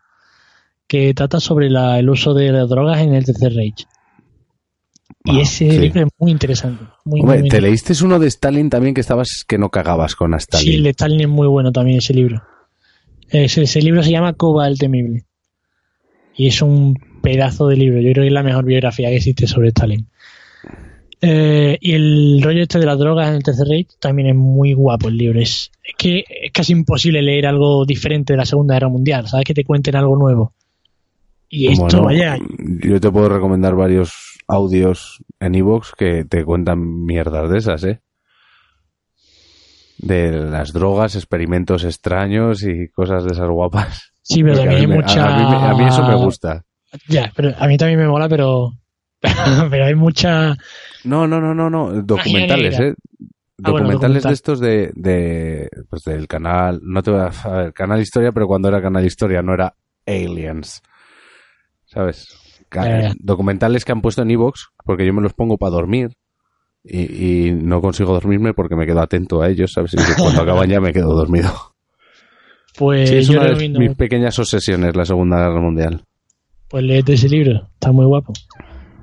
A: que trata sobre la- el uso de las drogas en el Tercer Reich.
B: Ah,
A: y ese
B: sí.
A: libro es muy interesante. Muy,
B: Hombre,
A: muy
B: ¿te
A: interesante.
B: leíste uno de Stalin también que estabas que no cagabas con a
A: Sí,
B: Stalin?
A: el de Stalin es muy bueno también, ese libro. Ese, ese libro se llama Koba el Temible. Y es un pedazo de libro. Yo creo que es la mejor biografía que existe sobre Stalin. Eh, y el rollo este de las drogas en el Tercer Reich también es muy guapo el libro. Es, es que es casi imposible leer algo diferente de la Segunda Guerra Mundial. ¿Sabes? Que te cuenten algo nuevo. Y esto,
B: Pues Bueno,
A: vaya,
B: Yo te puedo recomendar varios audios en iVoox que te cuentan mierdas de esas, ¿eh? De las drogas, experimentos extraños y cosas de esas guapas.
A: sí, pero
B: Porque a <laughs>
A: también hay
B: mí me-
A: mucha...
B: a- a mí me- a mí eso me gusta.
A: Ya, pero a mí también me mola, pero... <laughs> pero hay mucha...
B: No, no, no, no, no. Documentales,
A: negra.
B: ¿eh?
A: Ah, bueno,
B: Documentales
A: documental.
B: de estos de, de, pues del canal, no te voy a, a ver, canal historia, pero cuando era canal historia no era Aliens, ¿sabes? Ca-
A: Ya, ya.
B: Documentales que han puesto en Evox, porque yo me los pongo para dormir y, y no consigo dormirme porque me quedo atento a ellos, ¿sabes? Y que
A: <laughs>
B: cuando acaban ya me quedo dormido.
A: Pues
B: Sí, es
A: yo
B: una de
A: recomiendo
B: mis pequeñas obsesiones la Segunda Guerra Mundial.
A: Pues léete ese libro, está muy guapo,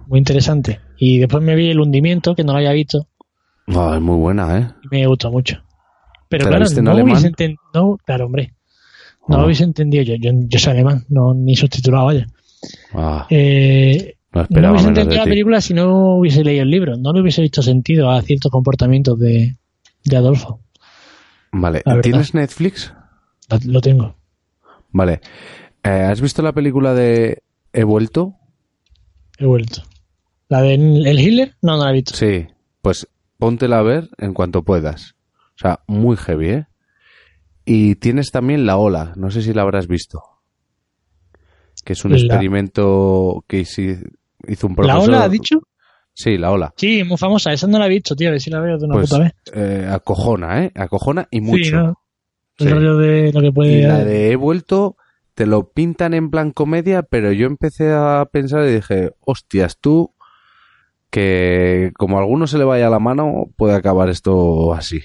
A: muy interesante. Y después me vi El hundimiento, que no lo había visto,
B: No, es muy buena, ¿eh?
A: y me gustó mucho. Pero
B: ¿Te la
A: claro,
B: viste en
A: no
B: alemán?
A: hubiese entendido, claro, hombre, no
B: Ah.
A: lo hubiese entendido yo, yo, yo soy alemán, no, ni subtitulado, vaya.
B: Ah,
A: Eh,
B: no
A: no
B: esperaba
A: hubiese
B: menos de
A: entendido la
B: ti.
A: película si no hubiese leído el libro, no le hubiese visto sentido a ciertos comportamientos de, de Adolfo,
B: Vale,
A: La verdad.
B: ¿tienes Netflix?
A: lo, lo tengo.
B: Vale. Eh, ¿Has visto la película de He vuelto?
A: He vuelto. ¿La de El Hitler? No, no la he visto.
B: Sí. Pues póntela a ver en cuanto puedas. O sea, muy heavy, ¿eh? Y tienes también La Ola. No sé si la habrás visto. Que es un
A: La-
B: experimento que hici- hizo un
A: ¿La
B: profesor.
A: ola ha dicho?
B: Sí, La Ola.
A: Sí, muy famosa, esa no la he visto, tío, a ver si la veo de una
B: Pues
A: puta vez.
B: eh, acojona, ¿eh? Acojona y mucho.
A: Sí, ¿no? El
B: Sí.
A: rollo de lo que puede.
B: Y la de He vuelto te lo pintan en plan comedia, pero yo empecé a pensar y dije, hostias, tú, que como a alguno se le vaya la mano, puede acabar esto así.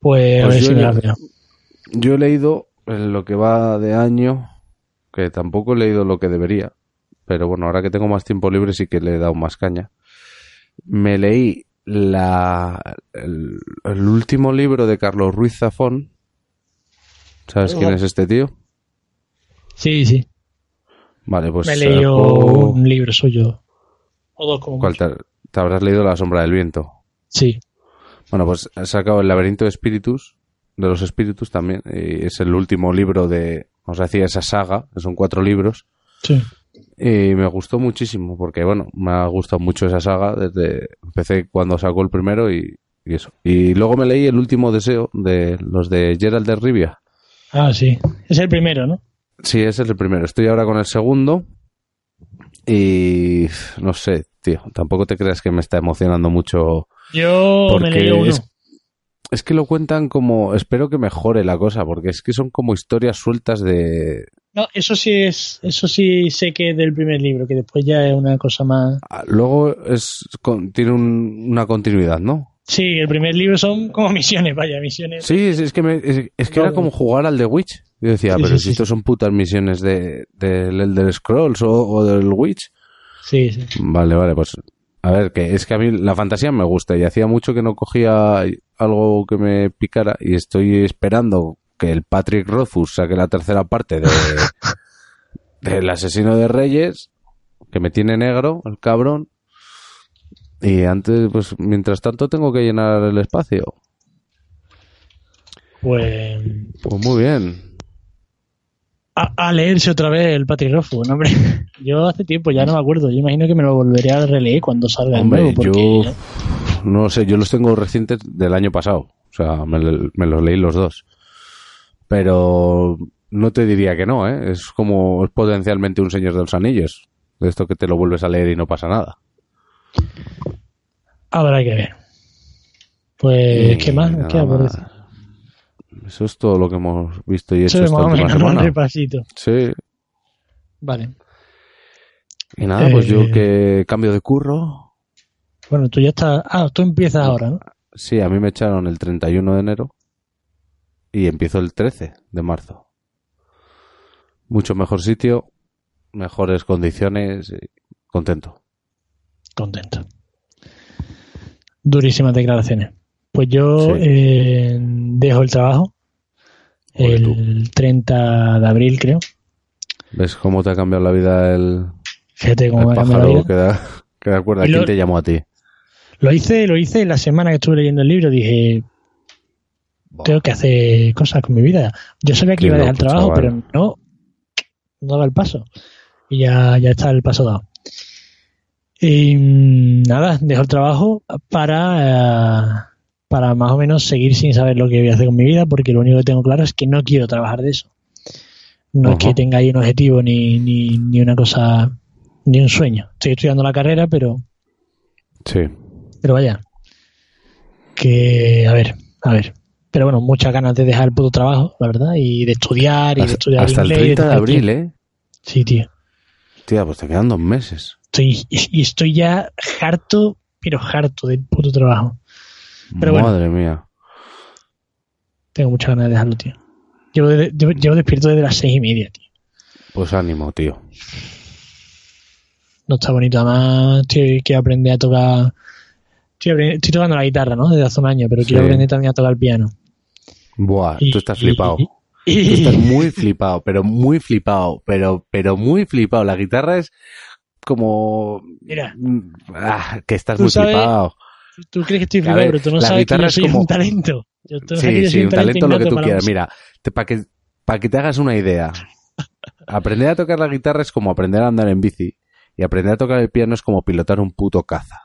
A: Pues, a
B: Pues
A: ver
B: yo
A: si me
B: era-
A: la veo.
B: Yo he leído en lo que va de año, que tampoco he leído lo que debería, pero bueno, ahora que tengo más tiempo libre sí que le he dado más caña. Me leí la, el, el último libro de Carlos Ruiz Zafón. ¿Sabes quién es este tío?
A: Sí, sí.
B: Vale, pues...
A: me he
B: eh,
A: leído
B: puedo-
A: un libro suyo. O dos como
B: ¿Cuál
A: mucho.
B: te, te habrás leído La sombra del viento?
A: Sí.
B: Bueno, pues ha sacado El laberinto de espíritus, de los espíritus también, y es el último libro de, vamos a decir, esa saga, que son cuatro libros,
A: Sí.
B: y me gustó muchísimo, porque bueno, me ha gustado mucho esa saga, desde empecé cuando sacó el primero y, y eso. Y luego me leí El último deseo de los de Gerald de Rivia.
A: Ah, sí. Es el primero, ¿no?
B: Sí, ese es el primero, estoy ahora con el segundo, y no sé, tío, tampoco te creas que me está emocionando mucho
A: Yo
B: Porque
A: me leí uno.
B: es- Es que lo cuentan como. Espero que mejore la cosa, porque es que son como historias sueltas de.
A: No, eso sí es, eso sí sé que es del primer libro, que después ya es una cosa más.
B: Ah, Luego es con- tiene un- una continuidad, ¿no?
A: Sí, el primer libro son como <laughs> misiones, vaya, misiones.
B: Sí, es, es que, me- es, es que era como jugar al The Witch. Yo decía, "Ah,
A: Sí,
B: pero
A: sí,
B: si
A: sí.
B: estos son putas misiones de, del Elder Scrolls o, o del Witch.
A: Sí, sí.
B: Vale, vale, pues. A ver, que es que a mí la fantasía me gusta y hacía mucho que no cogía algo que me picara y estoy esperando que el Patrick Rothfuss saque la tercera parte de del asesino de Reyes, que me tiene negro, el cabrón. Y antes, pues mientras tanto tengo que llenar el espacio.
A: Pues.
B: Pues muy bien.
A: A, a leerse otra vez el Patrick Rothfuss, ¿no, hombre. <laughs> Yo hace tiempo ya no me acuerdo. Yo imagino que me lo volveré a releer cuando salga el
B: Hombre,
A: nuevo, porque
B: yo no sé, yo los tengo recientes del año pasado. O sea, me, me los leí los dos. Pero no te diría que no, ¿eh? Es como es potencialmente un Señor de los Anillos. De esto que te lo vuelves a leer y no pasa nada.
A: Habrá que ver. Pues, ¿qué más?
B: nada
A: ¿Qué habrá
B: más.
A: decir?
B: Eso es todo lo que hemos visto y
A: Eso
B: hecho
A: es
B: esta
A: más o
B: última
A: menos un
B: semana.
A: repasito.
B: Sí.
A: Vale.
B: Y nada, pues
A: Eh,
B: yo que cambio de curro.
A: Bueno, tú ya estás. Ah, tú empiezas ahora, ¿no?
B: Sí, a mí me echaron el 31 de enero y empiezo el 13 de marzo. Mucho mejor sitio, mejores condiciones, y contento.
A: Contento. Durísimas declaraciones. Pues yo
B: Sí.
A: eh, dejo el trabajo
B: Joder, tú.
A: el 30 de abril, creo.
B: ¿Ves cómo te ha cambiado la vida el,
A: Fíjate cómo
B: el
A: me ha cambiado la vida.
B: pájaro que da, que da cuerda?
A: Y
B: ¿Quién
A: lo-
B: te llamó a ti?
A: Lo hice, lo hice la semana que estuve leyendo el libro, dije, tengo que hacer cosas con mi vida. Yo sabía que
B: Qué
A: iba a dejar el
B: loco,
A: trabajo,
B: chaval.
A: pero no, no daba el paso. Y ya, ya está el paso dado. Y mm, nada, dejo el trabajo para, eh, para más o menos seguir sin saber lo que voy a hacer con mi vida, porque lo único que tengo claro es que no quiero trabajar de eso. No es
B: Ajá.
A: que tenga ahí un objetivo ni, ni, ni una cosa, ni un sueño. Estoy estudiando la carrera, pero
B: Sí.
A: pero vaya. Que, a ver, a ver. Pero bueno, muchas ganas de dejar el puto trabajo, la verdad, y de estudiar, y de
B: Hasta,
A: estudiar
B: hasta el
A: inglés, y
B: 30 de
A: tocar-
B: abril, ¿eh?
A: Sí, tío.
B: Tía, pues te quedan dos meses.
A: Estoy, y y estoy ya harto, pero harto del puto trabajo. Pero bueno.
B: Madre mía.
A: Tengo muchas ganas de dejarlo, tío. Llevo, de- llevo- llevo despierto desde las seis y media, tío.
B: Pues ánimo, tío.
A: No está bonito, además estoy, quiero aprender a tocar... Estoy, apre- estoy tocando la guitarra, ¿no? Desde hace un año, pero
B: Sí.
A: quiero aprender también a tocar el piano.
B: Buah,
A: Y-
B: tú estás
A: y-
B: flipado.
A: y-
B: Tú
A: <laughs>
B: estás muy flipado, pero muy flipado, pero, pero muy flipado. La guitarra es como...
A: Mira,
B: Mm, ah, que estás
A: Tú
B: muy
A: sabes-
B: flipado.
A: tú crees que estoy
B: A
A: flipado,
B: ver,
A: pero tú no
B: la
A: sabes que
B: guitarra
A: yo
B: es
A: soy
B: como-
A: un talento. Yo, tú no sabes que
B: Sí,
A: yo soy
B: sí, un talento lo que
A: innato
B: tú
A: para la
B: quieras.
A: música.
B: Mira, para que, pa' que te hagas
A: <laughs>
B: una idea. Aprender a tocar la guitarra es como aprender a andar en bici. Y aprender a tocar el piano es como pilotar un puto caza.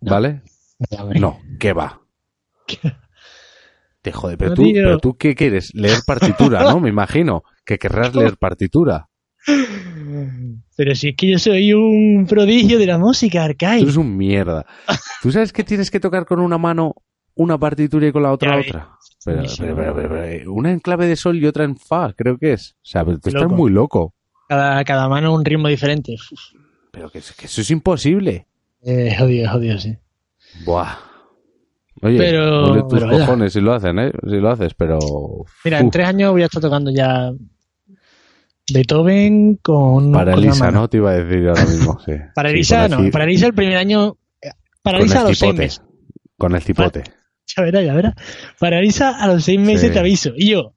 A: No. <laughs>
B: ¿Vale?
A: hombre.
B: No, ¿qué va? Te jode, pero
A: No,
B: tú,
A: tío.
B: pero tú qué quieres? Leer partitura, ¿no? Me imagino que
A: <laughs>
B: querrás leer partitura.
A: Pero si es que yo soy un prodigio de la música, Arcai.
B: Tú eres un mierda. ¿Tú sabes que tienes que tocar con una mano una partitura y con la otra
A: Ya ves.
B: otra? Pero,
A: Sí, sí.
B: pero, pero, pero, pero, una en clave de sol y otra en fa, creo que es. O sea, pero tú estás
A: Loco.
B: muy loco.
A: Cada, cada mano un ritmo diferente. Uf,
B: Pero que, que eso es imposible.
A: Eh, jodido, jodido, sí.
B: Buah. Oye,
A: Pero-
B: ponle tus
A: pero vaya.
B: cojones si lo hacen, ¿eh? Si lo haces, pero...
A: Mira, en
B: Uf,
A: tres años voy a estar tocando ya Beethoven con.
B: Para
A: con
B: Elisa,
A: una mano.
B: ¿no? Te iba a decir ahora mismo,
A: <laughs>
B: sí.
A: Para
B: Sí,
A: Elisa,
B: con el
A: no.
B: ci-
A: Para Elisa el primer año. eh, Para Elisa a
B: con el
A: los seis
B: cipote.
A: meses.
B: Con el cipote.
A: Ya verás, ya verás. Paraliza a los seis meses,
B: Sí.
A: te aviso. Y yo,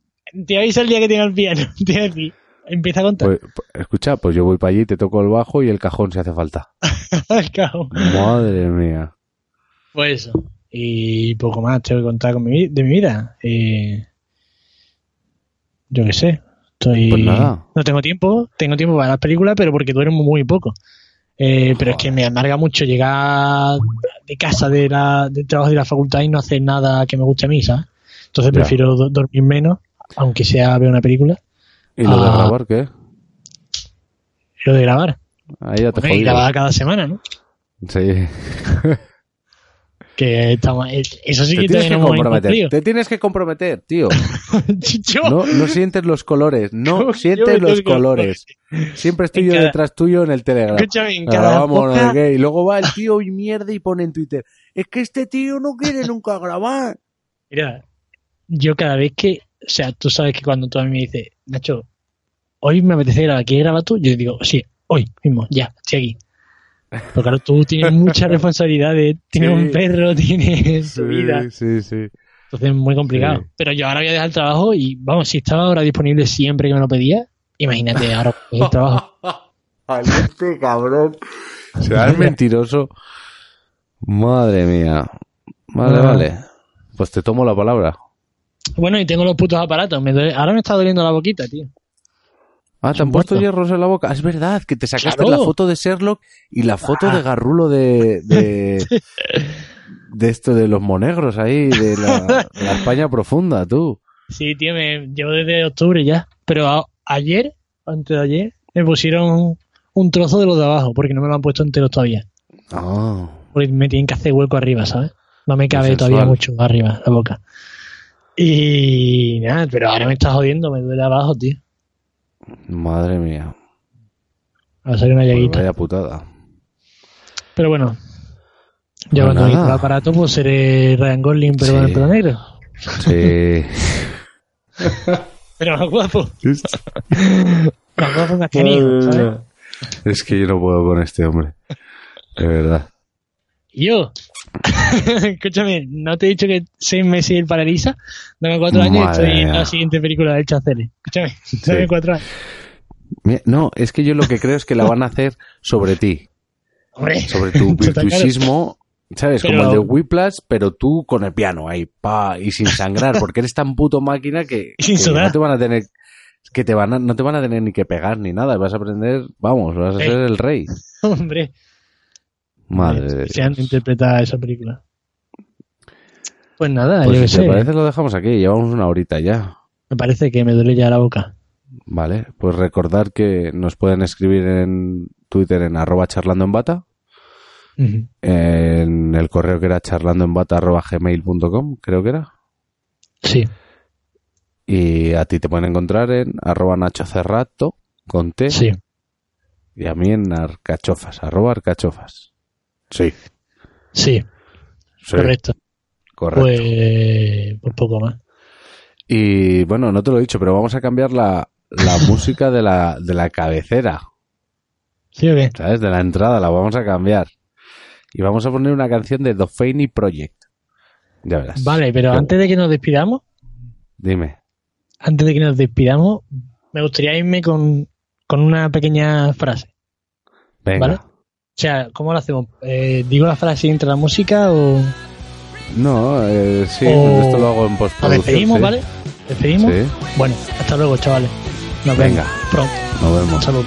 A: te aviso el día que tenga el piano. <laughs> Te voy a decir, empieza a contar.
B: Pues, pues, escucha, pues yo voy para allí, te toco el bajo y el cajón si hace falta.
A: Al cabo.
B: Madre mía.
A: Pues eso. Y poco más tengo que contar con mi, vi- de mi vida. Eh, yo qué sé. Estoy,
B: Pues nada.
A: No tengo tiempo. Tengo tiempo para las películas, pero porque duermo muy poco. Eh, pero es que me amarga mucho llegar de casa, de la, del trabajo de la facultad y no hacer nada que me guste a mí, ¿sabes? Entonces
B: Ya.
A: prefiero do- dormir menos, aunque sea ver una película.
B: ¿Y lo de
A: Ah.
B: grabar qué?
A: lo de grabar.
B: Ahí ya te
A: Bueno, y
B: jodí.
A: grababa cada semana, ¿no?
B: Sí.
A: Que estamos, es- eso sí
B: Te
A: que todavía
B: tienes que
A: no hemos incumplido.
B: comprometer. <laughs> Te tienes que comprometer,
A: <laughs>
B: tío.
A: Yo,
B: No, no sientes los colores.
A: Yo
B: No
A: me
B: sientes
A: tengo
B: los
A: que-
B: colores. Siempre estoy
A: En
B: yo
A: cada-
B: detrás tuyo en el Telegram.
A: Escúchame, en cada
B: Grabamos, no sé
A: podcast-
B: qué. Y luego va el tío y mierda y pone en Twitter. Es que este tío no quiere
A: <laughs>
B: nunca grabar.
A: Mira, yo cada vez que, o sea, tú sabes que cuando tú a mí me dices, Nacho, hoy me apetece grabar, ¿quieres grabar tú? Yo digo, sí, hoy mismo, ya, estoy aquí. Pero claro, tú <laughs> tienes muchas responsabilidades, tienes
B: Sí.
A: un perro, tienes <laughs> tu vida,
B: sí, sí.
A: entonces es muy complicado.
B: Sí.
A: Pero yo ahora voy a dejar el trabajo y, vamos, si estaba ahora disponible siempre que me lo pedía, imagínate <laughs> ahora con el trabajo.
B: <laughs> Este cabrón. Serás mentiroso. Madre mía. Vale,
A: Ah.
B: vale. Pues te tomo la palabra.
A: Bueno, y tengo los putos aparatos. me duele- ahora me está doliendo la boquita, tío.
B: Ah, te han
A: Muerto.
B: puesto hierros en la boca. Ah, Es verdad, que te sacaste
A: Claro.
B: la foto de Sherlock y la foto
A: Ah.
B: de Garrulo de,
A: <laughs>
B: de.
A: <laughs>
B: de esto de los monegros ahí, de la, de la España profunda, tú.
A: Sí, tío, me llevo desde octubre ya. Pero a- ayer, antes de ayer, me pusieron un trozo de los de abajo, porque no me lo han puesto entero todavía.
B: Ah,
A: Porque me tienen que hacer hueco arriba, ¿sabes? No me cabe
B: sensual.
A: todavía mucho arriba la boca. Y nada, pero ahora me está jodiendo, me duele abajo, tío.
B: madre mía.
A: Va a salir una
B: Pues
A: llaguita.
B: vaya putada.
A: Pero bueno, ya
B: Pues
A: cuando
B: nada.
A: quite el aparato, pues seré Ryan Gosling, pero
B: Sí.
A: con el pelo negro.
B: Sí. <laughs>
A: Pero más guapo. <laughs> Más guapo, más canijo, ¿sabes?
B: es que yo no puedo con este hombre. De verdad.
A: Y
B: <laughs>
A: Yo, escúchame, ¿no te he dicho que seis meses y el paraliza? Dame cuatro años y
B: Madre
A: estoy en
B: mía.
A: la siguiente película del Chacele. Escúchame, dame cuatro años.
B: Mira, No, es que yo lo que creo es que la van a hacer sobre ti.
A: Hombre, <laughs>
B: Sobre tu
A: Está claro.
B: virtuosismo. ¿Sabes?
A: Pero-
B: Como el de Whiplash, pero tú con el piano ahí, pa, y sin sangrar, porque eres tan puto máquina que,
A: <laughs> Y sin
B: que
A: sudar.
B: no te van a tener que te van a- no te van a tener ni que pegar ni nada, vas a aprender, vamos, vas a
A: Ey.
B: ser el rey.
A: hombre.
B: Madre de
A: Se han
B: Dios.
A: interpretado esa película. Pues nada, yo qué
B: Pues si
A: sé.
B: te parece lo dejamos aquí, llevamos una horita ya.
A: Me parece que me duele ya la boca.
B: Vale, pues recordar que nos pueden escribir en Twitter en arroba charlando en bata,
A: Ujú.
B: en el correo que era charlando en bata arroba gmail.com, creo que era.
A: Sí.
B: Y a ti te pueden encontrar en arroba nacho cerrato con T
A: Sí.
B: y a mí en arcachofas, arroba arcachofas. Sí,
A: Sí,
B: sí,
A: correcto.
B: correcto.
A: Pues, pues poco más.
B: Y bueno, no te lo he dicho, pero vamos a cambiar la,
A: <laughs>
B: la música de la, de la cabecera.
A: ¿Sí o qué?
B: ¿sabes? De la entrada la vamos a cambiar. Y vamos a poner una canción de The Feiny Project. Ya verás.
A: Vale, pero
B: Qué
A: antes de que nos despidamos,
B: Dime.
A: antes de que nos despidamos, me gustaría irme con, con una pequeña frase.
B: Venga.
A: Vale. O sea, ¿cómo lo hacemos? Eh, ¿Digo la frase entre la música o nos
B: No, eh, sí,
A: O-
B: esto lo hago en postproducción.
A: despedimos,
B: sí.
A: vale? ¿Despedimos?
B: Sí,
A: Bueno, hasta luego, chavales. Nos vemos
B: Venga.
A: pronto.
B: nos vemos.
A: Salud.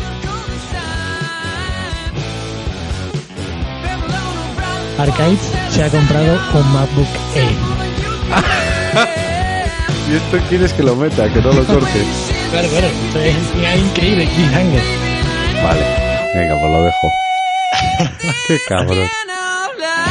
A: Arcade se ha comprado un MacBook Air.
B: ¿Y esto quieres que lo meta? Que no lo
A: <laughs>
B: cortes.
A: Claro, claro, esto es increíble, Cliffhanger.
B: vale. Venga, pues lo dejo. Qué cabrón.
C: Can I fly?